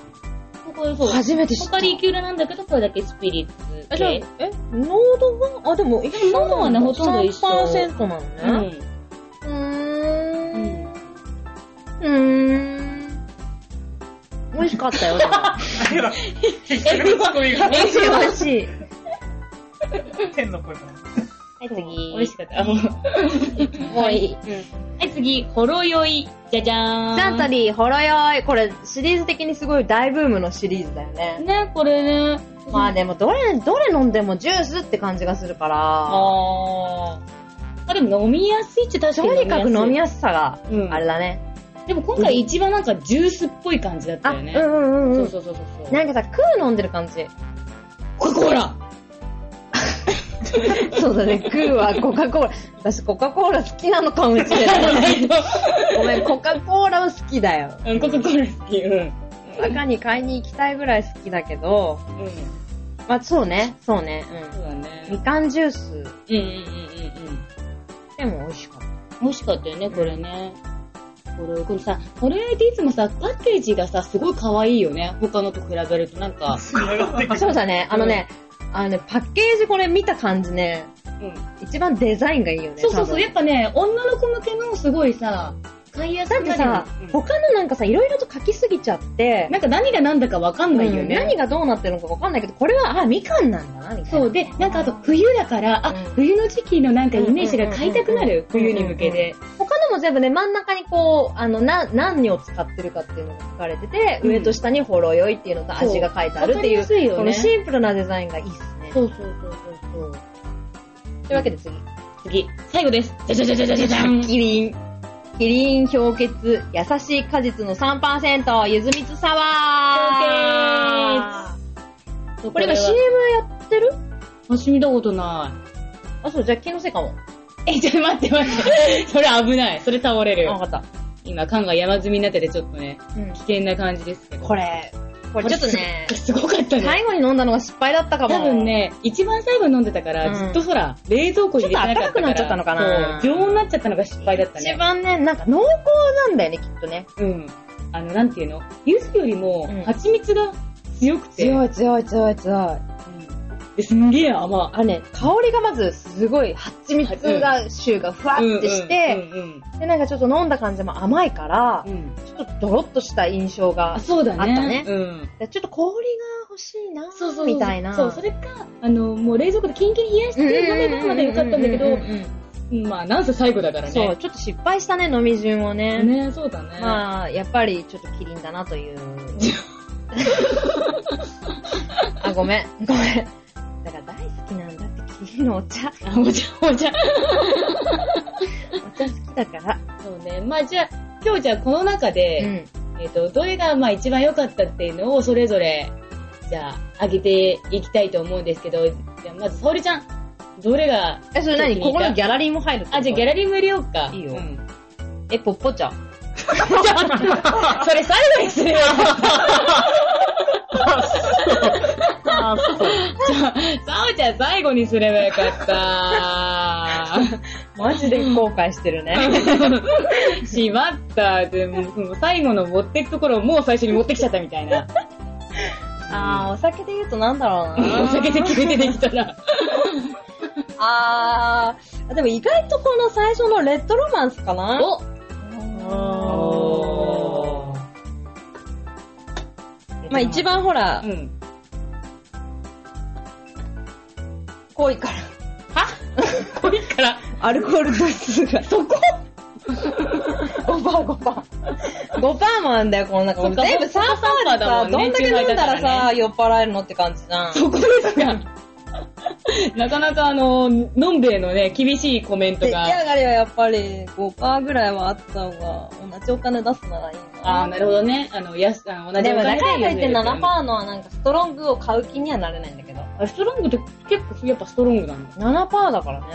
Speaker 3: これそう。
Speaker 2: 初めて知った
Speaker 3: 他リキュールなんだけど、これだけスピリッツ
Speaker 2: あじゃあ
Speaker 3: 系。
Speaker 2: え、濃度があ、でも一緒なんだ。
Speaker 3: 濃度はねほとんど一緒
Speaker 2: 3%なのね。
Speaker 3: ん。
Speaker 2: うー。
Speaker 3: うん
Speaker 2: うーん。美味しかったよ。で <laughs> も
Speaker 1: 何だえ、ぶつこみが。
Speaker 2: 美味しい美味しい。
Speaker 1: 天の声が。
Speaker 2: はい、
Speaker 3: 美味
Speaker 2: 次。
Speaker 3: しかった。あもう
Speaker 2: もういい。
Speaker 3: はい、次、ほろ酔い。じゃじゃーん。
Speaker 2: サントリー、ほろ酔い。これ、シリーズ的にすごい大ブームのシリーズだよね。
Speaker 3: ね、これね。
Speaker 2: まあでも、どれ、どれ飲んでもジュースって感じがするから、
Speaker 3: あー。あ、でも飲みやすいっちゃ確か
Speaker 2: と
Speaker 3: に
Speaker 2: にかく飲み
Speaker 3: や
Speaker 2: やすさが、
Speaker 3: すい。うん。
Speaker 2: あれだね。
Speaker 3: でも今回一番なんかジュースっぽい感じだった
Speaker 2: あ、う
Speaker 3: よ
Speaker 2: ん
Speaker 3: ね。
Speaker 2: うんうんう
Speaker 3: そ
Speaker 2: ん。
Speaker 3: うそうそうそう。
Speaker 2: なんかさ、空飲んでる感じ。
Speaker 3: コカ・コーラ
Speaker 2: <laughs> そうだね、空はコカ・コーラ。私、コカ・コーラ好きなのかもしれない。 <laughs> ごめん、コカ・コーラは好きだよ。
Speaker 3: うん、コカ・コーラ好き。うん。
Speaker 2: 中に買いに行きたいぐらい好きだけど、
Speaker 3: うん。
Speaker 2: まあそうね、そうね、
Speaker 3: そうだ
Speaker 2: うん。み
Speaker 3: ね。
Speaker 2: かんジュース
Speaker 3: うんうんうんうんうん。
Speaker 2: でも美味しかった。
Speaker 3: 美味しかったよね、これね。これ、これさ、これっていつもさ、パッケージがさ、すごい可愛いよね。他のと比べるとなんか。
Speaker 1: 上がってくる。
Speaker 2: そうだね、あのね、あのね、パッケージこれ見た感じね、
Speaker 3: うん。
Speaker 2: 一番デザインがいいよね。
Speaker 3: そうそうそ
Speaker 2: 多
Speaker 3: う、
Speaker 2: 分
Speaker 3: やっぱね、女の子向けのすごいさ、買いやす
Speaker 2: だっ
Speaker 3: く
Speaker 2: て
Speaker 3: なる
Speaker 2: さ、
Speaker 3: うん
Speaker 2: 他のなんかさ、いろいろと書きすぎちゃって、
Speaker 3: なんか何が何だかわかんないよ
Speaker 2: うん
Speaker 3: ね。
Speaker 2: 何がどうなってるのかわかんないけど、これは、あ、みかんなんだな、みたいな。
Speaker 3: そう、で、なんかあと冬だから、あ、
Speaker 2: うん
Speaker 3: 冬の時期のなんかイメージが買いたくなる、
Speaker 2: うんうんうんう
Speaker 3: 冬
Speaker 2: ん
Speaker 3: に向けて。
Speaker 2: 他のも全部ね、真ん中にこう、あの、な、何を使ってるかっていうのが書かれてて、
Speaker 3: うん
Speaker 2: 上と下にほろ酔いっていうのと味が書いてあるっていう、
Speaker 3: わかりやすいよね
Speaker 2: このシンプルなデザインがいいっすね。
Speaker 3: そうそうそうそうそう。
Speaker 2: というわけで次。
Speaker 3: 次、最後です。じゃじゃじゃじゃじゃじゃじゃん。
Speaker 2: キリン。キリン氷結、優しい果実の3%、ゆずみつサワー。これが CM やってる
Speaker 3: 私見たことな
Speaker 2: あ、そう、じゃあ気のせいかも。
Speaker 3: い。え、ちょ、待って待って。
Speaker 2: <laughs>
Speaker 3: それ危ない。それ倒れる
Speaker 2: あ、
Speaker 3: よ。
Speaker 2: わかっ
Speaker 3: 今、缶が山積みになっててちょっとね、
Speaker 2: た。うん
Speaker 3: 危。険な感じですけど。
Speaker 2: これ、これちょっとね
Speaker 3: これ、すごかったね。
Speaker 2: 最後に飲んだのが失敗だったかも。
Speaker 3: 多分ね、一番最後飲んでたから、
Speaker 2: うん
Speaker 3: ずっとほら、冷蔵庫に入れてなかっ
Speaker 2: ちょっと暖かく
Speaker 3: たから。
Speaker 2: なっちゃったのかな
Speaker 3: そう常温になっちゃったのが失敗だったね。
Speaker 2: 一番ね、なんか濃厚なんだよね、きっとね。
Speaker 3: うん。あの、なんていうの柚子よりも
Speaker 2: うん、
Speaker 3: 蜂蜜が強くて。
Speaker 2: 強
Speaker 3: い。
Speaker 2: い強い強い強い。
Speaker 3: ですんげえ甘
Speaker 2: あれね、香りがまずすごい、蜂蜜が、臭がふわっ
Speaker 3: い。
Speaker 2: てして、
Speaker 3: うんうん
Speaker 2: で、なんかちょっと飲んだ感じも甘いから
Speaker 3: うん、うん。
Speaker 2: ちょっとドロッとした印象
Speaker 3: あ、
Speaker 2: が、
Speaker 3: そうだね。
Speaker 2: あったね
Speaker 3: うん。
Speaker 2: でちょっと氷が欲しいな
Speaker 3: そうそうそう。
Speaker 2: みたいな。
Speaker 3: そう、それか、あの、もう冷蔵庫でキンキンに冷やして
Speaker 2: うんうんうん
Speaker 3: 飲めばまだよかったんだけ
Speaker 2: う
Speaker 3: ど
Speaker 2: う、ん
Speaker 3: まあ、なんせ最後だからね。
Speaker 2: そう、ちょっと失敗したね、飲み順をね。
Speaker 3: ね、そうだね。
Speaker 2: まあ、やっぱりちょっとキリンだなと
Speaker 3: <laughs>
Speaker 2: いう。あ、ごめん、ごめん。だから大好きなんだって、キリンのお茶。
Speaker 3: あ、お茶、お
Speaker 2: お茶
Speaker 3: 茶。
Speaker 2: 好きだから。
Speaker 3: そうね。まあ、じゃあ、今日じゃあこの中で、
Speaker 2: うん。
Speaker 3: えっ、と、どれがまあ一番良かったっていうのをそれぞれ、じゃあ、上げていきたいと思うんですけど、じゃあまず、沙織ちゃん、どれが、
Speaker 2: え、それ何ここのギャラリーも入る
Speaker 3: あ、じゃあギャ
Speaker 2: ラ
Speaker 3: ラリーも入れようか。
Speaker 2: いいよ
Speaker 3: うん
Speaker 2: え、ポッポ
Speaker 3: <laughs>
Speaker 2: 茶。
Speaker 3: それ最後にするよ。
Speaker 5: あ、そう。
Speaker 3: 沙織ちゃん最後にすればよかった。
Speaker 2: マジで後悔してるね。
Speaker 3: しまった。でも、その最後の持ってくところをもう最初に持ってきちゃったみたいな。
Speaker 2: あー、お酒で言うとなんだろうな。
Speaker 3: お酒で決めてできたら。
Speaker 2: あー、でも意外とこの最初のレッドロマンスかな
Speaker 3: お
Speaker 2: おまあ一。番ほら
Speaker 3: う、ん。
Speaker 2: 濃いから。 <laughs>
Speaker 3: これから。
Speaker 2: アルコール度数が。そこ ?5%、5%。5%もあんだよ、この中。
Speaker 3: そっ
Speaker 2: 全
Speaker 3: か
Speaker 2: 部3%
Speaker 3: そっか
Speaker 2: で
Speaker 3: 3%
Speaker 2: さ、
Speaker 3: だもんね
Speaker 2: どんだけ飲んだら
Speaker 3: 中杯だか
Speaker 2: さ、酔っ払えるのって感じじゃん。
Speaker 3: そこですか。なかなかあの、のんべえのね、厳しいコメント
Speaker 2: 出来
Speaker 3: が。
Speaker 2: 上がりはやっぱり5%ぐらいはあった方が、同じお金出すならいい
Speaker 3: ああ、なるほどね。あの、やす、あの同じ
Speaker 2: で
Speaker 3: お
Speaker 2: も、
Speaker 3: 金
Speaker 2: だからといって
Speaker 3: やる
Speaker 2: 7%のはなんかストロングを買う気にはなれないんだけど。
Speaker 3: あれストロングって結構やっぱストロングなの。
Speaker 2: 7%だからね。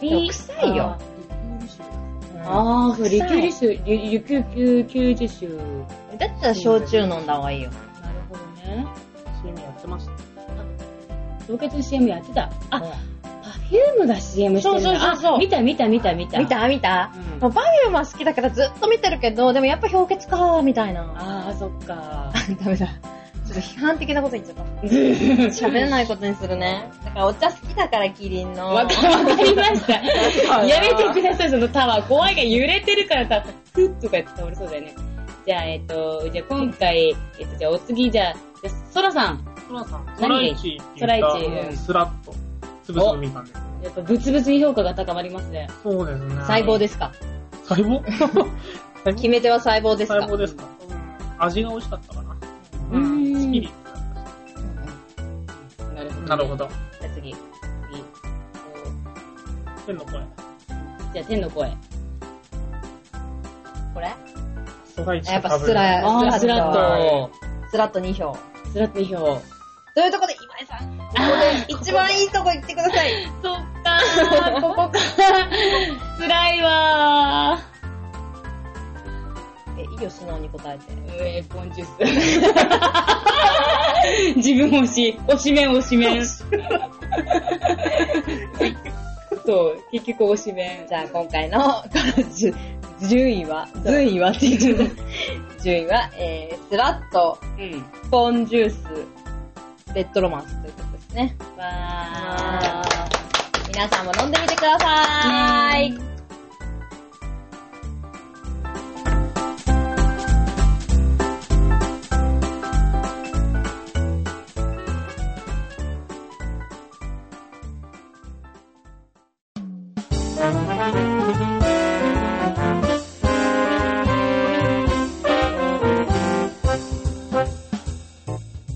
Speaker 2: でも臭いよ。あ
Speaker 3: あーあー、そう、リキ
Speaker 2: 臭い
Speaker 3: ューリ酒、リリキューキュージ酒。なる
Speaker 2: だったら焼酎飲んだ方がいいよ。
Speaker 3: ほどね。
Speaker 5: CM やってました。
Speaker 3: 凍結の CM やってた。あ、
Speaker 2: うん
Speaker 3: パフュームが CM してる
Speaker 2: そうそうそうそう
Speaker 3: あ見た見た見た見た。
Speaker 2: 見た見た
Speaker 3: うん
Speaker 2: もうバリューは好きだからずっと見てるけど、でもやっぱ氷結かーみたいな。
Speaker 3: ああ、そっか。
Speaker 2: ダメだ。ちょっと批判的なこと言っち <laughs> ゃった。喋れないことにするね。だからお茶好きだからキリンの。
Speaker 3: わかわかりました。
Speaker 2: <laughs>
Speaker 3: やめてください、そのタワー。怖いが揺れてるからさ、ふっとかやって倒れそうだよね。じゃあ、えっと、じゃあ今回、えっと、じゃあお次、じゃあ、じゃあソラさん。
Speaker 5: ソラさん。
Speaker 3: 何
Speaker 5: イチって
Speaker 3: ソライチ
Speaker 5: 言っ
Speaker 3: うん
Speaker 5: た、スラッと。つぶつぶみかんです。
Speaker 3: やっぱブツブツに評価が高まりますね。
Speaker 5: そうですね。
Speaker 2: 細胞ですか
Speaker 5: 細
Speaker 2: <laughs>
Speaker 5: 胞細
Speaker 2: 決め手は細胞ですか
Speaker 5: 細胞ですかうん味が美味しかったかな。
Speaker 3: うーん
Speaker 5: スッキリ。
Speaker 3: なるほど、
Speaker 5: なるほ。ど。
Speaker 2: じゃあ次。
Speaker 3: 次
Speaker 5: 天の声。
Speaker 3: じゃあ、天の声。
Speaker 2: これ
Speaker 5: ソライチ
Speaker 2: やっぱスラ、
Speaker 3: あー、
Speaker 2: ス
Speaker 3: ス
Speaker 2: ラ
Speaker 3: ラ
Speaker 2: ッと。
Speaker 3: ッ
Speaker 2: スラッと2票。
Speaker 3: と。スラ
Speaker 2: <laughs>
Speaker 3: ッと2票。
Speaker 2: というところで今井さん、ここで一番いいとこ行ってください。
Speaker 3: そっかー、ここか。辛いわ
Speaker 2: え、いいよ、素直に答えて。
Speaker 3: ー。うえ、ポンジュース。自分推し、推しメン推しメン。そう、結局推しメン。
Speaker 2: じゃあ今回の、こ <laughs> のじゅ順位は、順位はっていう順位は、えー、スラッと、
Speaker 3: うん。
Speaker 2: ポンジュース、レッドロマンスということですね。
Speaker 3: わー。
Speaker 2: 皆さんも飲んでみてください。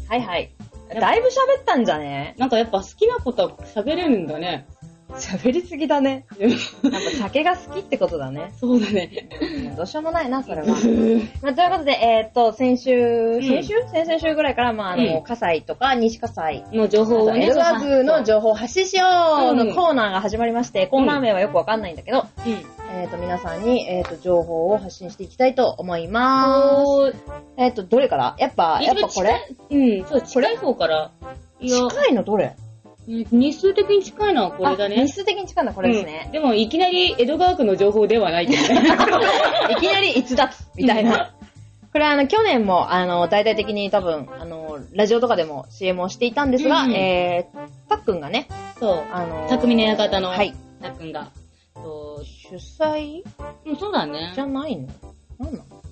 Speaker 2: はいはい。だいぶ喋ったんじゃね
Speaker 1: なんかやっぱ好きなことは喋れるんだね。
Speaker 2: 喋りすぎだね。 <laughs> やっぱ酒が好きってことだね。
Speaker 1: そうだね。
Speaker 2: どうしようもないな、それは。まあ、ということで、えーっと、先週、
Speaker 1: ん
Speaker 2: 先週、先々週ぐらいから、まあ、あ
Speaker 1: う
Speaker 2: の、
Speaker 1: ん
Speaker 2: 葛西とか西葛西、
Speaker 1: の情報をね、
Speaker 2: エルワズの情報発信しよ
Speaker 1: う
Speaker 2: う
Speaker 1: ん
Speaker 2: のコーナーが始まりまして、コーナー名はよくわかんないんだけど、
Speaker 1: 報。うん。
Speaker 2: えーっと、皆さんに、えーっと、情報を発信していきたいと思います。
Speaker 1: おー、
Speaker 2: えーっと、どれからやっぱ、やっぱこれ
Speaker 1: うん、そう、近い方から。いや、
Speaker 2: 近いのどれ
Speaker 1: うん日数的に近いのはこれだ
Speaker 2: あ
Speaker 1: ね
Speaker 2: 日。数的に近いのはこれですね
Speaker 1: うん。でも、いきなり江戸川区の情報ではないけどね。
Speaker 2: いきなり逸脱みたいな。これあの、去年も、あの、大々的に多分、あの、ラジオとかでも CM をしていたんですが、
Speaker 1: うん
Speaker 2: えー、たっくんがね、
Speaker 1: そう。
Speaker 2: あの、
Speaker 1: 匠の館の
Speaker 2: はい。
Speaker 1: たっくんが。そ
Speaker 2: 主催
Speaker 1: う、うんそうだね
Speaker 2: じ。ゃないの <laughs>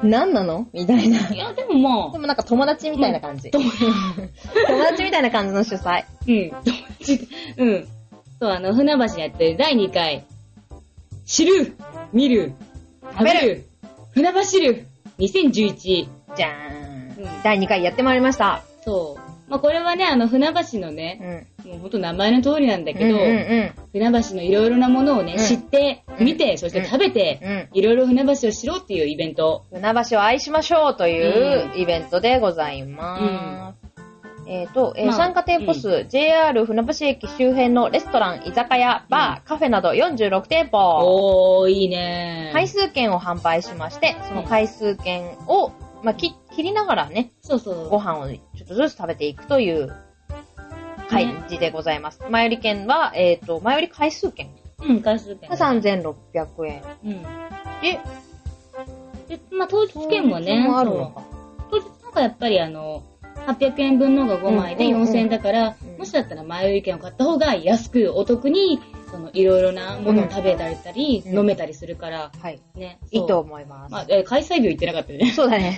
Speaker 2: なんなのなんなのみたいな。
Speaker 1: いや、でも
Speaker 2: で
Speaker 1: まあ、
Speaker 2: もなんか <laughs> 友達みたいな感じ。
Speaker 1: 友
Speaker 2: 友達みたいな感じの主催。
Speaker 1: うん、友達でうん。そう、あの、船橋でやってる第2回、知る、見る、食べる、船橋知る、2011。
Speaker 2: じゃーん。
Speaker 1: うん
Speaker 2: 第2回やってまいりました。
Speaker 1: そう。まあ、これはね、あの、船橋の
Speaker 2: うん。
Speaker 1: ね、
Speaker 2: うん
Speaker 1: もうほんと名前の通りなんだけ
Speaker 2: うん
Speaker 1: ど、船橋のいろいろなものをね、
Speaker 2: うん
Speaker 1: 知って、
Speaker 2: うん
Speaker 1: 見て、そして食べて、
Speaker 2: うん。うん。
Speaker 1: いろいろ船橋を知ろうっていうイベント。
Speaker 2: 船橋を愛しましょうというイベントでございます。えっ、と、えー
Speaker 1: まあ
Speaker 2: 参加店舗数、JR 船橋駅周辺のレストラン、居酒屋、バー、カフェなど46店舗、
Speaker 1: おー、いいね
Speaker 2: 回数券を販売しまして、その回数券を、まあ、き切りながらね、
Speaker 1: そうそう。
Speaker 2: ご飯をちょっとずつ食べていくという感じでございます。前売り券は、えっ、と、前売り回数券
Speaker 1: うん、回数券
Speaker 2: が。3600円。
Speaker 1: うん。
Speaker 2: で、
Speaker 1: で、まあ、当日券もね、
Speaker 2: もあるのか。
Speaker 1: 当日なんかやっぱりあの、800円分のが5枚で
Speaker 2: うんうんうん
Speaker 1: 4000円だから、
Speaker 2: うん
Speaker 1: もしだったら前売り券を買った方が安くお得に、その、いろいろなものを食べたりたり、
Speaker 2: うん
Speaker 1: 飲めたりするから、
Speaker 2: はい。
Speaker 1: ね。
Speaker 2: い
Speaker 1: そう
Speaker 2: いと。思います。
Speaker 1: まあ、えー開催日言ってなかったね。
Speaker 2: そうだね。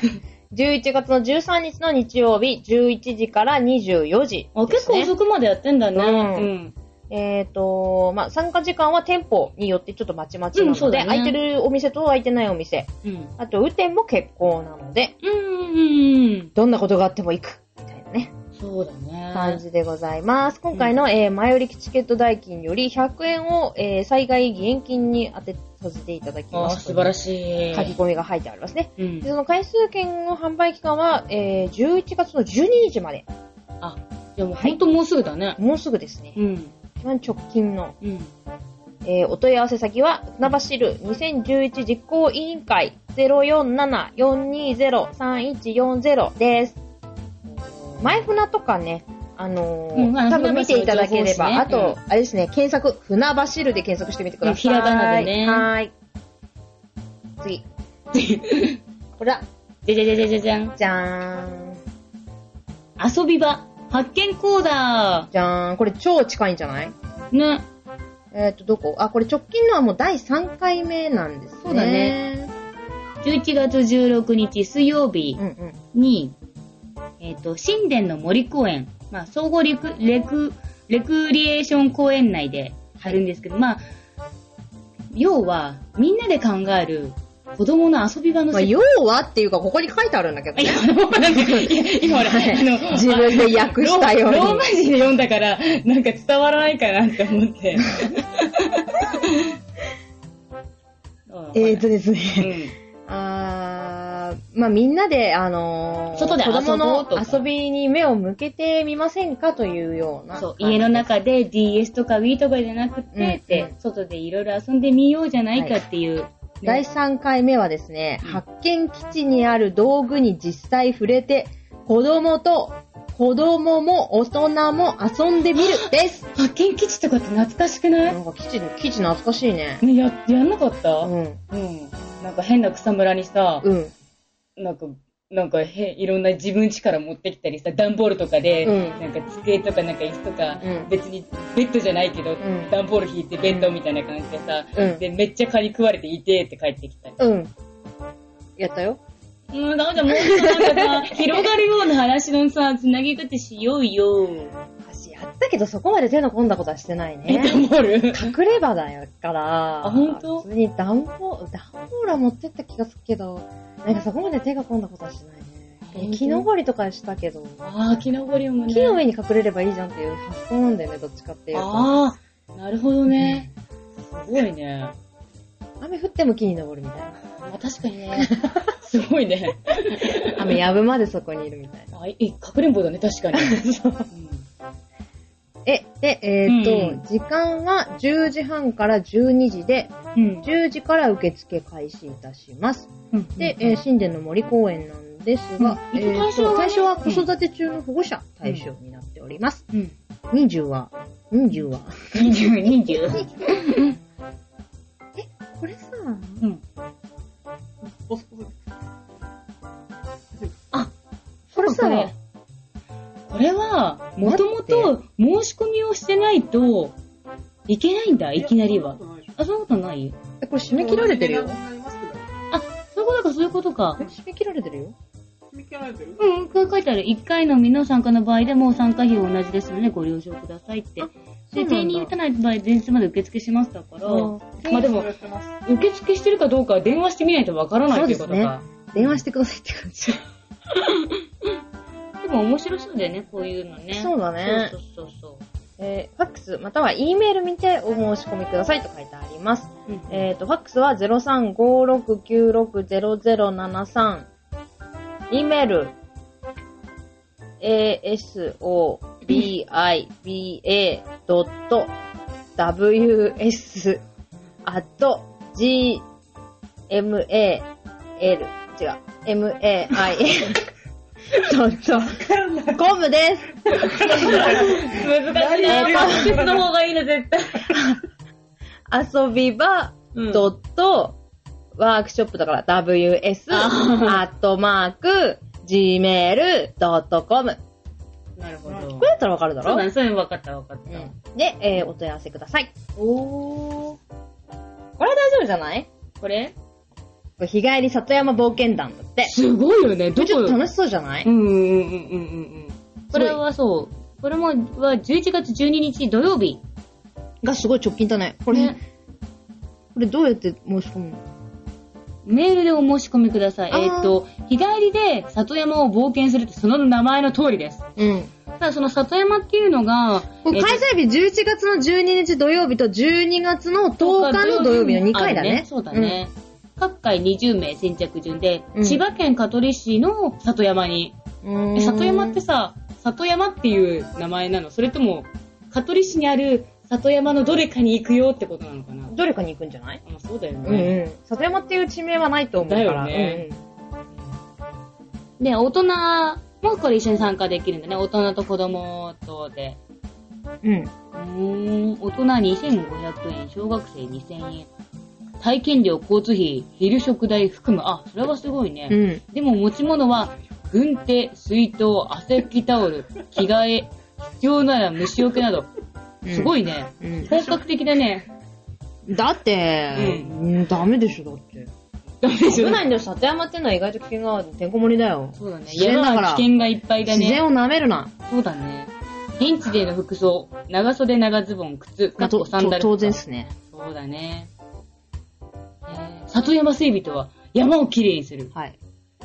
Speaker 2: 11月の13日の日曜日、11時から24時、
Speaker 1: あ、
Speaker 2: で
Speaker 1: 結
Speaker 2: すね
Speaker 1: 構遅くまでやってんだね。
Speaker 2: うん
Speaker 1: うん
Speaker 2: えっ、と、まあ、参加時間は店舗によってちょっとまちまちな
Speaker 1: うんそ
Speaker 2: の
Speaker 1: う
Speaker 2: で、
Speaker 1: だね
Speaker 2: 空いてるお店と空いてないお店、
Speaker 1: うん。
Speaker 2: あと雨天も結構なので、
Speaker 1: うんうんうん。
Speaker 2: どんなことがあっても行く、みたいなね、
Speaker 1: そうだね。
Speaker 2: 感じでございます。今回の、えー前売りチケット代金より100円を、えー災害義援金に当てさせていただき
Speaker 1: あ
Speaker 2: ま
Speaker 1: ー
Speaker 2: す。
Speaker 1: 素晴ら
Speaker 2: し
Speaker 1: しい。
Speaker 2: 書き込みが書いてありますね。
Speaker 1: うん
Speaker 2: で。その回数券の販売期間は、えー11月の12日まで。
Speaker 1: あ、でもうほんともうすぐだね。
Speaker 2: もうすぐですね。
Speaker 1: うん。
Speaker 2: 一番直近の、
Speaker 1: うん。
Speaker 2: えーお問い合わせ先は、船橋ル2011実行委員会047-420-3140です。前船とかね、あのー
Speaker 1: うんあ
Speaker 2: 多分見ていただければ、
Speaker 1: 船
Speaker 2: あ
Speaker 1: 橋の情報誌
Speaker 2: と
Speaker 1: ね、
Speaker 2: あれですね、検索、船橋ルで検索してみてくだ
Speaker 1: うん
Speaker 2: さい。
Speaker 1: ひらがなでね
Speaker 2: はーい。次。これだ。
Speaker 1: じゃじゃじゃじゃじゃじゃん。
Speaker 2: じゃーん。
Speaker 1: 遊び場、発見講座。
Speaker 2: じゃーん。これ超近いんじゃない
Speaker 1: ね。
Speaker 2: えっ、と、どこあ、これ直近のはもう第3回目なんですね。
Speaker 1: そうだね。11月16日水曜日
Speaker 2: うんうん。
Speaker 1: に、えっ、と、神殿の森公園、まあ、総合レク、レク、レクリエーション公園内でやるんですけど、まあ、要は、みんなで考える子供の遊び場の <laughs>
Speaker 2: まあ、
Speaker 1: 設
Speaker 2: 要はっていうか、ここに書いてあるんだけど
Speaker 1: <laughs> いや
Speaker 2: ね。、
Speaker 1: もうなんか、いや今ほら、あの、
Speaker 2: 自分で訳したように
Speaker 1: ローローマ字で読んだから、なんか伝わらないかなって思
Speaker 2: <laughs>
Speaker 1: って。 <laughs> うん
Speaker 2: えーとです
Speaker 1: <laughs> う
Speaker 2: ね。
Speaker 1: ん
Speaker 2: あー、まあみんなで、あのー、
Speaker 1: 外で遊ぼう
Speaker 2: 子供の
Speaker 1: とか
Speaker 2: 遊びに目を向けてみませんかというような。
Speaker 1: そう、家の中で DS とか Wii とかじゃなく
Speaker 2: うん
Speaker 1: て、って、外でいろいろ遊んでみようじゃないかっていう。
Speaker 2: 第3回目はですね、
Speaker 1: うん
Speaker 2: 発見基地にある道具に実際触れて、子供と、子供も大人も遊んでみる
Speaker 1: <laughs>
Speaker 2: です。
Speaker 1: 発見基地とかって懐かしくな、
Speaker 2: ないんか基地、基地懐かしいね。
Speaker 1: ね、や、やんなかった、
Speaker 2: うん。
Speaker 1: うん、なんか変な草むらにさ、
Speaker 2: うん。
Speaker 1: なんか
Speaker 3: なんかへ、いろんな自分力持ってきたりさ、段ボールとかで、
Speaker 2: うん
Speaker 3: なんか机とかなんか椅子とか、
Speaker 2: うん
Speaker 3: 別にベッドじゃないけど、
Speaker 2: ん
Speaker 3: 段ボール引いてベッドみたいな感じでさ、
Speaker 2: うん
Speaker 3: で、めっちゃ蚊に食われていてって帰ってきたり。
Speaker 2: うん。やったよ。
Speaker 3: うん、なんかもうちょっとなんかさ、 <laughs> 広がるような話のさ、つなぎ方しようよ。
Speaker 2: 私、やったけどそこまで手の込んだことはしてないね。
Speaker 3: <laughs> 段ボール
Speaker 2: 隠れ場だよ、から。
Speaker 3: あ本当
Speaker 2: 普通に段ボール、段ボールは持ってった気がするけど、なんかそこまで手が込んだことはしない
Speaker 3: 本
Speaker 2: ね。
Speaker 3: 当
Speaker 2: 木登りとかしたけど、
Speaker 3: ああ、木登りもね。
Speaker 2: 木の上に隠れればいいじゃんっていう発想なんだよね、どっちかっていうと。
Speaker 3: ああ、なるほどね。すごいね。
Speaker 2: 雨降っても木に登るみたいな。
Speaker 3: まあ、確かに <laughs> ね。すごいね。
Speaker 2: 雨やぶまでそこにいるみたいな。
Speaker 3: あ、いい、かくれんぼだね、確かに。
Speaker 2: <laughs>
Speaker 3: うん
Speaker 2: え、で、えーっと、
Speaker 3: うん
Speaker 2: 時間は10時半から12時で、
Speaker 3: うん。
Speaker 2: 10時から受付開始いたします。
Speaker 3: うん
Speaker 2: で、えー神殿の森公園なんですが、
Speaker 3: うん
Speaker 2: えーと
Speaker 3: 対象はね
Speaker 2: 対象は子育て中の保護者対象になっております。
Speaker 3: うん。
Speaker 2: 20は、20は。 <laughs>
Speaker 3: 20、20。
Speaker 2: これさ、
Speaker 5: うん。ポスポス。
Speaker 2: これさ、
Speaker 3: これこれは、もともと申し込みをしてないといけないんだ、いきなりは。あ、そういうことない
Speaker 2: えこれ締め切られてるよ。
Speaker 3: そういうことか、そういうことか
Speaker 2: え。締め切られてるよ。
Speaker 5: 締め切られてる
Speaker 3: うん、こう書いてある。1回のみの参加の場合でも参加費は同じですのでご了承くださいって。
Speaker 2: そうな
Speaker 3: で、
Speaker 2: んだ
Speaker 3: 定員に満たない場合、前日まで受付しましたから、
Speaker 2: あ
Speaker 3: まあでも、受付してるかどうかは電話してみないとわからない
Speaker 2: そう
Speaker 3: とい
Speaker 2: ですね
Speaker 3: うことか。。
Speaker 2: 電話してくださいって感じ。
Speaker 3: でも面白そうだよね、こういうのね。
Speaker 2: <laughs> そうだね
Speaker 3: そうそうそう
Speaker 2: えーファックスまたは E メール見てお申し込みくださいと書いてあります。
Speaker 3: そう。うん
Speaker 2: えっ、と、ファックスは0356960073。E メール、asobiba.ws at gmal, 違う、mail. ちょっと、コムです。
Speaker 3: 難しいな。
Speaker 2: 何
Speaker 3: 直接の方がいいな、絶対。
Speaker 2: 遊び場、
Speaker 3: うん
Speaker 2: ドット、ワークショップだから WS、アットマーク、gmail.com。
Speaker 3: なるほ
Speaker 5: ど
Speaker 2: これだったらわかるだ
Speaker 3: そうだ
Speaker 2: ろ
Speaker 3: ね、そういうの分かった分かっ
Speaker 2: う
Speaker 3: た。
Speaker 2: ん。で、えーお問い合わせください。
Speaker 3: おー。
Speaker 2: これ大丈夫じゃない
Speaker 3: これ
Speaker 2: これ日帰り里山冒険団だって。
Speaker 3: すごいよね、ど
Speaker 2: ちょっと
Speaker 3: こ
Speaker 2: 楽しそうじゃない、
Speaker 3: うんうんうんうんうんうん。これはそう。これも、は11月12日土曜日。
Speaker 2: がすごい直近だね。これ、
Speaker 3: ね
Speaker 2: これどうやって申し込むの
Speaker 3: メールでお申し込みください。
Speaker 2: あー
Speaker 3: えっ、と、日帰りで里山を冒険するってその名前の通りです。
Speaker 2: うん。
Speaker 3: ただその里山っていうのが、
Speaker 2: これ
Speaker 3: えっと
Speaker 2: 開催日11月の12日土曜日と12月の10日の土曜日の2回だ
Speaker 3: ある
Speaker 2: ね。
Speaker 3: そうだね。各回20名先着順で、
Speaker 2: うん
Speaker 3: 千葉県香取市の里山に。
Speaker 2: うん。うーん。
Speaker 3: え里山ってさ、里山っていう名前なのそれとも、香取市にある里山のどれかに行くよってことなのかな
Speaker 2: どれかに行くんじゃない
Speaker 3: あそうだよ
Speaker 2: うん
Speaker 3: ね。
Speaker 2: うん。里山っていう地名はないと思うから。
Speaker 3: だよねで、大人もこれ一緒に参加できるんだね。大人と子供とで。
Speaker 2: うんうん。
Speaker 3: うーん、大人2500円、小学生2000円。体験料、交通費、昼食代含む。あ、それはすごいね。
Speaker 2: うん。うん。
Speaker 3: でも持ち物は、軍手、水筒、汗拭きタオル、着替え、必要なら虫除けなど。すご
Speaker 2: い。
Speaker 3: いね。
Speaker 2: うん。
Speaker 3: 本格的だね。
Speaker 2: だって、うん、ダメでしょ、だって。
Speaker 3: ダメでし
Speaker 2: 危
Speaker 3: ょ
Speaker 2: ないんだよ、里山ってのは意外と危険がある。てんこ盛りだよ。
Speaker 3: そうだね。
Speaker 2: 自然だ
Speaker 3: 山
Speaker 2: から
Speaker 3: は危険がいっぱいだ
Speaker 2: 自然
Speaker 3: ね。
Speaker 2: を舐めるな。
Speaker 3: そうだね。現地での服装、長袖、長ズボン、靴、か
Speaker 2: ま
Speaker 3: っ
Speaker 2: あ、と
Speaker 3: こサンダ
Speaker 2: と
Speaker 3: ル。
Speaker 2: 当然っ。すね。
Speaker 3: そうだね。えー里山整備とは、山をきれいにする。
Speaker 2: はい。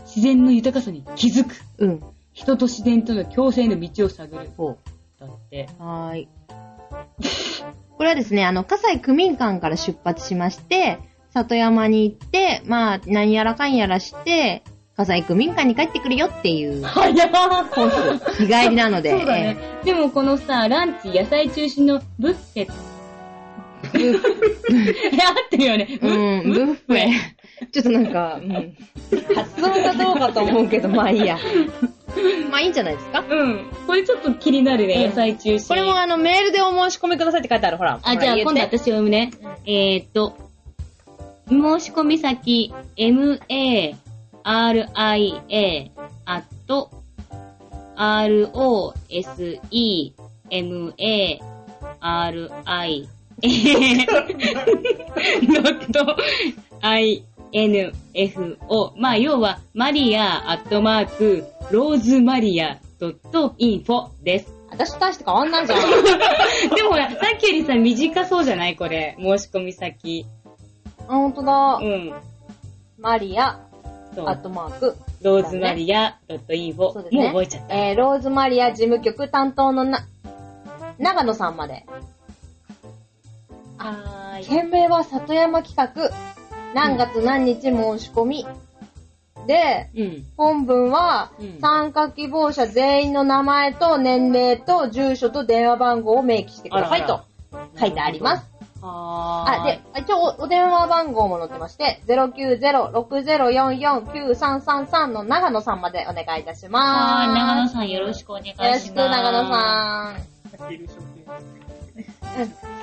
Speaker 3: 自然の豊かさに気づく。
Speaker 2: うん。
Speaker 3: 人と自然との共生の道を探る。
Speaker 2: ほ
Speaker 3: だって。
Speaker 2: う。はーい。 <laughs> これはですね、あの、葛西区民館から出発しまして、里山に行って、まあ、何やらかんやらして、葛西区民館に帰ってくるよっていう、
Speaker 3: 早っ
Speaker 2: コース、 <laughs> 日帰りなので。
Speaker 3: そうだね。でもこのさ、ランチ野菜中心のブッフ <laughs> ェ。え合ってるよね。ブッ
Speaker 2: うん、ブッフェ。ちょっとなんか、うん、発音がどうかと思うけど、まあいいや。まあいいんじゃないですか。
Speaker 3: うん。これちょっと気になるね、
Speaker 2: うん
Speaker 3: 野菜中心。
Speaker 2: これもあの、メールでお申し込みくださいって書いてある、ほら。
Speaker 3: あ、じゃあ今度
Speaker 2: は
Speaker 3: 私読むね。えーっと、申し込み先、ma, <laughs> ria.rosemari.info。まあ、要は、マリアアットマーク、ローズマリア .info です。
Speaker 2: 私と大して変わんないじ <laughs> ゃん。
Speaker 3: でもほら、さっきよりさ、短そうじゃないこれ。申し込み先。
Speaker 2: あ、ほんとだ
Speaker 3: う。ん。
Speaker 2: マリア、
Speaker 3: そう
Speaker 2: アットマーク。
Speaker 3: ローズマリア .info。も
Speaker 2: そう
Speaker 3: う
Speaker 2: ですね
Speaker 3: 覚えちゃった。
Speaker 2: えー、ローズマリア事務局担当のな、長野さんまで。
Speaker 3: はーい。
Speaker 2: 件名は里山企画、何月何日申し込み。で、
Speaker 3: うん。
Speaker 2: 本文は
Speaker 3: うん、
Speaker 2: 参加希望者全員の名前と年齢と住所と電話番号を明記してください
Speaker 3: あら
Speaker 2: と書いてあります。
Speaker 3: はー
Speaker 2: あ、で、一応おお電話番号も載ってまして、090-6044-9333の長野さんまでお願いいたし
Speaker 3: はーい、長
Speaker 2: ま
Speaker 3: 野
Speaker 2: す。
Speaker 3: さんよろしくお願いします。
Speaker 2: よろしく、長野さん。
Speaker 5: 昼食。
Speaker 2: うん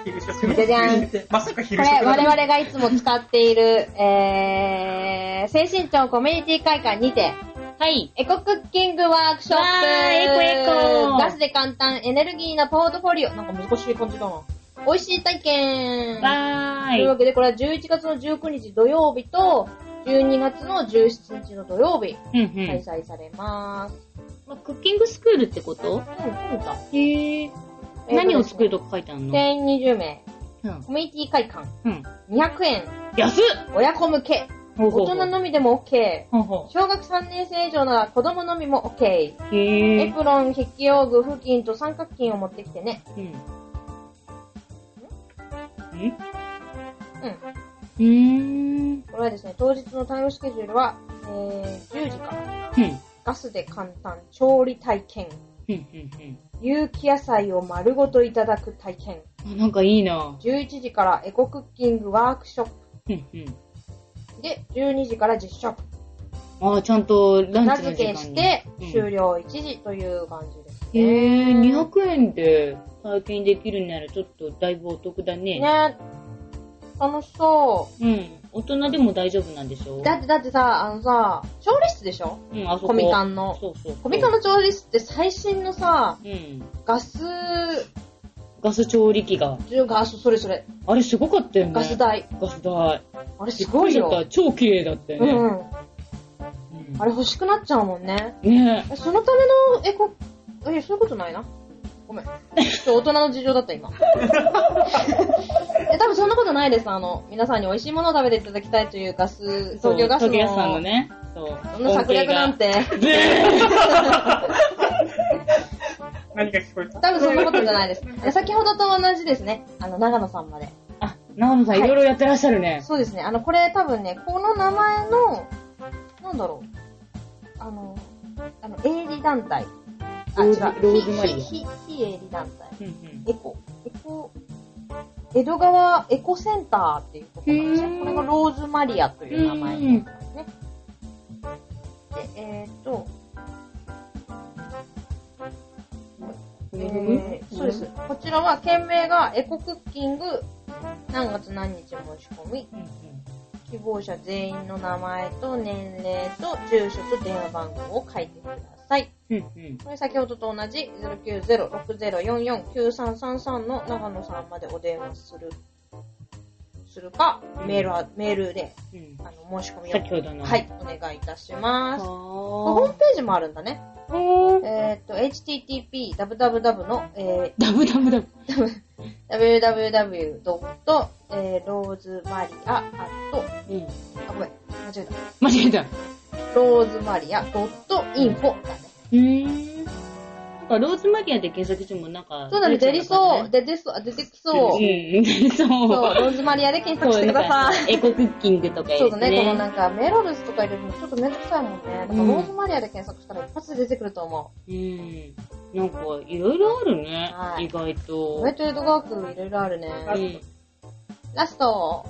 Speaker 5: 昼食。
Speaker 2: じゃじゃん。
Speaker 5: まさか
Speaker 2: こ
Speaker 5: 昼
Speaker 2: れ
Speaker 5: 食、
Speaker 2: 我々がいつも使っている、えー、精神庁コミュニティ会館にて、
Speaker 3: はい。
Speaker 2: エコクッキングワークショップ
Speaker 3: わーエコエコ
Speaker 2: ガスで簡単、エネルギーなポートフォリオ。なんか難しい感じだな。美味しい体験
Speaker 3: わ
Speaker 2: という
Speaker 3: ー
Speaker 2: わ
Speaker 3: い。
Speaker 2: けで、これは11月の19日土曜日と、12月の17日の土曜日、
Speaker 3: うんう
Speaker 2: 開
Speaker 3: ん。
Speaker 2: 催されます。
Speaker 3: まあクッキングスクールってこと
Speaker 2: うん、うんだ。
Speaker 3: へえ。何を作るとか書いてあるの
Speaker 2: 定員20名、
Speaker 3: うん。
Speaker 2: コミュニティ会館、
Speaker 3: うん。
Speaker 2: 200円、
Speaker 3: 安っ
Speaker 2: 親子向け、
Speaker 3: 大
Speaker 2: 大人のみでも OK、
Speaker 3: ほうほ
Speaker 2: 小学3年生以上なら子供のみも OK、
Speaker 3: う。へ
Speaker 2: エ
Speaker 3: え。
Speaker 2: プロン、筆記用具、布巾と三角巾を持ってきてね。
Speaker 3: うん。ん
Speaker 2: うん。
Speaker 3: うーん。
Speaker 2: これはですね、当日のタイムスケジュールは、えー、10時から、
Speaker 3: うん。
Speaker 2: ガスで簡単、調理体験、
Speaker 3: うん。うん。
Speaker 2: 有機野菜を丸ごといただく体験、
Speaker 3: うん。あなんかいいな
Speaker 2: 11時からエコクッキングワークショッ
Speaker 3: うん。うん。
Speaker 2: プで、12時から実食、
Speaker 3: あーちゃんとランチの
Speaker 2: 名
Speaker 3: 時間
Speaker 2: 付
Speaker 3: に
Speaker 2: けして
Speaker 3: うん
Speaker 2: 終了1時という感じです
Speaker 3: へえ、200円で体験できるならちょっとだいぶお得だね。
Speaker 2: ね。楽しそ
Speaker 3: うん。大人でも大丈夫なんでしょ
Speaker 2: う。だってだってさ、あのさ、調理室でしょ
Speaker 3: うん、あそこ。
Speaker 2: コミカンの。
Speaker 3: そうそうそう。
Speaker 2: コミカンの調理室って最新のさ、
Speaker 3: うん。
Speaker 2: ガス、
Speaker 3: ガス調理器が。
Speaker 2: ガス、それそれ、
Speaker 3: あれすごかったよね。
Speaker 2: ガス。台。
Speaker 3: ガス台。
Speaker 2: あれすごい
Speaker 3: びっくりしちゃっ
Speaker 2: よ。
Speaker 3: た。超綺麗だった
Speaker 2: う
Speaker 3: よね。
Speaker 2: ん。
Speaker 3: うん
Speaker 2: あれ欲しくなっちゃうもんね。
Speaker 3: ね
Speaker 2: えそのためのエコ、え、そういうことないな。ごめん。ちょっと大人の事情だった、今。え、多分そんなことないです。あの、皆さんに美味しいものを食べていただきたいというガス、
Speaker 3: そう
Speaker 2: 東京ガスの。
Speaker 3: 東京ガスさんのね。そう。
Speaker 2: そんな策略なんて、
Speaker 3: 恩恵が。ね
Speaker 5: 何が聞こえた
Speaker 2: 多分そんなことじゃない
Speaker 3: <laughs>
Speaker 2: です。え先ほどと同じですね。あの、長野さんまで。
Speaker 3: あ、長野さんい
Speaker 2: はい
Speaker 3: ろいろやってらっしゃるね。
Speaker 2: そうですね。あの、これ多分ね、この名前の、なんだろう。あの、あの、営利団体。あ、違う
Speaker 3: ローズ。ローズマリー
Speaker 2: 非、非、非営利団体。
Speaker 3: うんうん。
Speaker 2: エコ、エコ、江戸川エコセンターっていうところなんです
Speaker 3: へー
Speaker 2: ね。これがローズマリアという名前
Speaker 3: うん
Speaker 2: なんですね。で、えーっと、えーそうです。こちらは、件名がエコクッキング、何月何日申し込み、
Speaker 3: うんうん
Speaker 2: 希望者全員の名前と年齢と住所と電話番号を書いてください。
Speaker 3: うんうん。
Speaker 2: これ先ほどと同じ090-6044-9333の長野さんまでお電話する、するか、メールは、メールで、
Speaker 3: うん
Speaker 2: あの、申し込みを。
Speaker 3: 先ほどの。
Speaker 2: はい、お願いいたします。ホーム
Speaker 3: は
Speaker 2: ページもあるんだね。
Speaker 3: ー。
Speaker 2: えーっと、http, www の、え
Speaker 3: ダブダブダブ。
Speaker 2: ー、www. えー、ローズマリア、あと、
Speaker 3: うん。
Speaker 2: あ、ごめん、間違えた。
Speaker 3: 間違えた。
Speaker 2: ローズマリア .info だね。
Speaker 3: うーん。なんか、ローズマリアで検索してもなんか、
Speaker 2: そうだね、出
Speaker 3: て
Speaker 2: り
Speaker 3: きたから
Speaker 2: そ
Speaker 3: ね
Speaker 2: う、出てそう、出てきそう。
Speaker 3: うん、出そ
Speaker 2: そ
Speaker 3: う。
Speaker 2: う、ローズマリアで検索してください。
Speaker 3: い。エコクッキングとか
Speaker 2: そ
Speaker 3: 入れ
Speaker 2: う
Speaker 3: て
Speaker 2: だ
Speaker 3: ね。
Speaker 2: ね、このなんか、メロルズとか入れるのちょっとめんどくさいもんね。だから、
Speaker 3: うん
Speaker 2: ローズマリアで検索したら一発で出てくると思
Speaker 3: うん。なんか、いろいろあるね。
Speaker 2: はい
Speaker 3: 意外
Speaker 2: う。
Speaker 3: と
Speaker 2: ホワ。イトエドガークいろいろあるね。
Speaker 3: うん。
Speaker 2: ラスト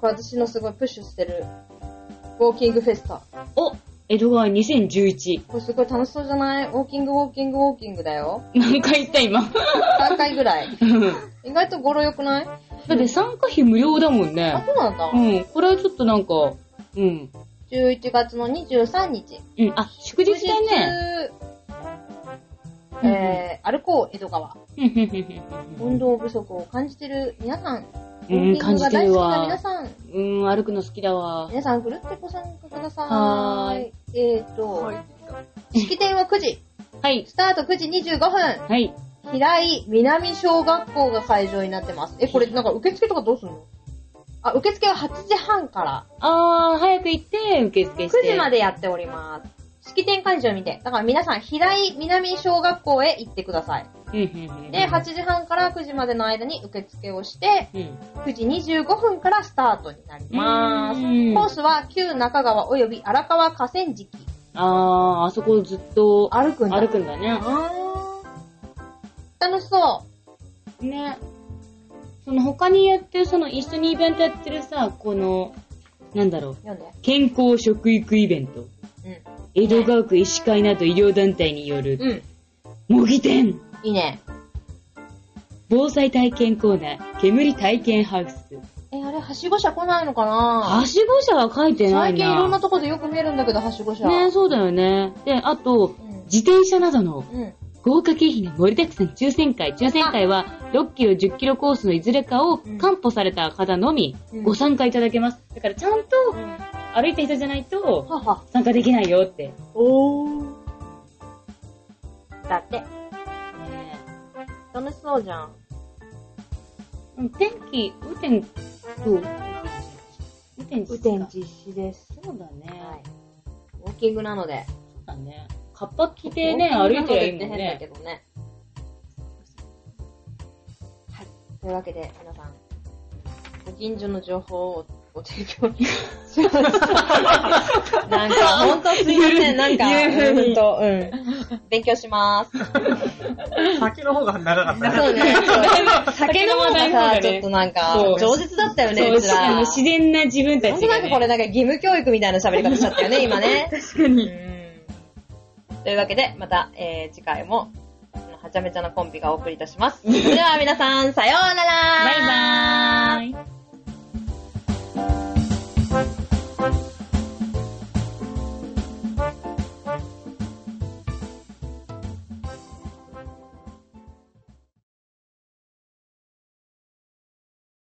Speaker 2: これ私のすごいプッシュしてる、ウォーキングフェスタ。
Speaker 3: お江戸川2011。
Speaker 2: これすごい楽しそうじゃないウォーキングウォーキングウォーキングだよ。
Speaker 3: 何回言った今。
Speaker 2: 3回ぐらい。
Speaker 3: だ
Speaker 2: 意外と語呂良くない
Speaker 3: って参加費無料だもん
Speaker 2: あ、
Speaker 3: ね。
Speaker 2: そうなんだ。
Speaker 3: うん。これはちょっとなんか、うん。
Speaker 2: 11月の23日。
Speaker 3: うん。あ、祝日だね。
Speaker 2: 祝日。えー、歩こう、江戸川。
Speaker 3: うんうんうん
Speaker 2: 運動不足を感じてる皆さん。
Speaker 3: うんうん。うん、感じてる
Speaker 2: ウォーキングが大好きな皆
Speaker 3: わ。
Speaker 2: さん。
Speaker 3: うん、歩くの好きだわ。
Speaker 2: 皆さん、ふるってご参加ください。
Speaker 3: はー
Speaker 2: えーと、式典は9時。
Speaker 3: はい。
Speaker 2: スタート9時25分。
Speaker 3: はい。
Speaker 2: 平井南小学校が会場になってます。え、これなんか受付とかどうすんのあ、受付は8時半から
Speaker 3: あー、早く行って、受付
Speaker 2: 9
Speaker 3: して。
Speaker 2: 時までやっております。式典会場にて。だから皆さん、平井南小学校へ行ってください。
Speaker 3: うんうんうん。
Speaker 2: で、8時半から9時までの間に受付をして、
Speaker 3: うん。
Speaker 2: 9時25分からスタートになります。コ
Speaker 3: うん
Speaker 2: ースは旧中川及び荒川河川敷。
Speaker 3: あー、あそこずっと
Speaker 2: 歩くんだ。
Speaker 3: 歩くんだね。
Speaker 2: あー楽しそ
Speaker 3: ね。その他にやってる、その一緒にイベントやってるさ、この、なんだろう
Speaker 2: う。。読んで。
Speaker 3: 健康食育イベント。
Speaker 2: う
Speaker 3: 江戸川区医師会など医療団体による、
Speaker 2: ん。うん。
Speaker 3: 模擬店
Speaker 2: いいね。
Speaker 3: 防災体験コーナー、煙体験ハウス。
Speaker 2: え、あれ、はしご車来ないのかな
Speaker 3: はしご車は書いてな
Speaker 2: 最
Speaker 3: いな。
Speaker 2: 近いろんなとこでよく見えるんだけど、はしご車。
Speaker 3: ねそうだよね。で、あと、
Speaker 2: うん
Speaker 3: 自転車などの
Speaker 2: うん。
Speaker 3: 豪華景品が盛りだくさん抽選会。抽選会は6キロ、10キロコースのいずれかを
Speaker 2: うん
Speaker 3: 担保された方のみ
Speaker 2: うん
Speaker 3: ご参加いただけます。だからちゃんと
Speaker 2: うん
Speaker 3: 歩いた人じゃないと
Speaker 2: はは。
Speaker 3: 参加できないよって。
Speaker 2: おー。だって。
Speaker 3: ね
Speaker 2: 楽しそうじゃん。
Speaker 3: うん天気、雨天と、雨天ですか
Speaker 2: 実施です。
Speaker 3: そうだね。
Speaker 2: はい。ウォーキングなので。
Speaker 3: そうだね。カッパ着てね、
Speaker 2: ウォー
Speaker 3: 歩
Speaker 2: キン
Speaker 3: い
Speaker 2: グ
Speaker 3: て
Speaker 2: なの
Speaker 3: りゃ
Speaker 2: で
Speaker 3: いい
Speaker 2: っ
Speaker 3: も
Speaker 2: て変だけ
Speaker 3: んね。
Speaker 2: どね。はい。というわけで、皆さん、ご近所の情報をご提
Speaker 3: <laughs>
Speaker 2: 供しました。なんか、ほんとすいません。なんか、
Speaker 3: ゆる
Speaker 2: うんと、うん。勉強します。
Speaker 5: 先の方が長かったね。
Speaker 2: そうね。酒の方がさ、ちょっとなんか、
Speaker 3: そう
Speaker 2: 饒舌だったよね、
Speaker 3: そう
Speaker 2: うちら。
Speaker 3: あの自然な自分た
Speaker 2: ほん
Speaker 3: ち
Speaker 2: とな
Speaker 3: が、
Speaker 2: んかこ
Speaker 3: ね。
Speaker 2: れなんか義務教育みたいな喋り方しちゃったよね、今ね。
Speaker 3: 確かに。
Speaker 2: うんというわけで、また、えー、次回も、はちゃめちゃなコンビがお送りいたします。では皆さん、さようなら
Speaker 3: バイバ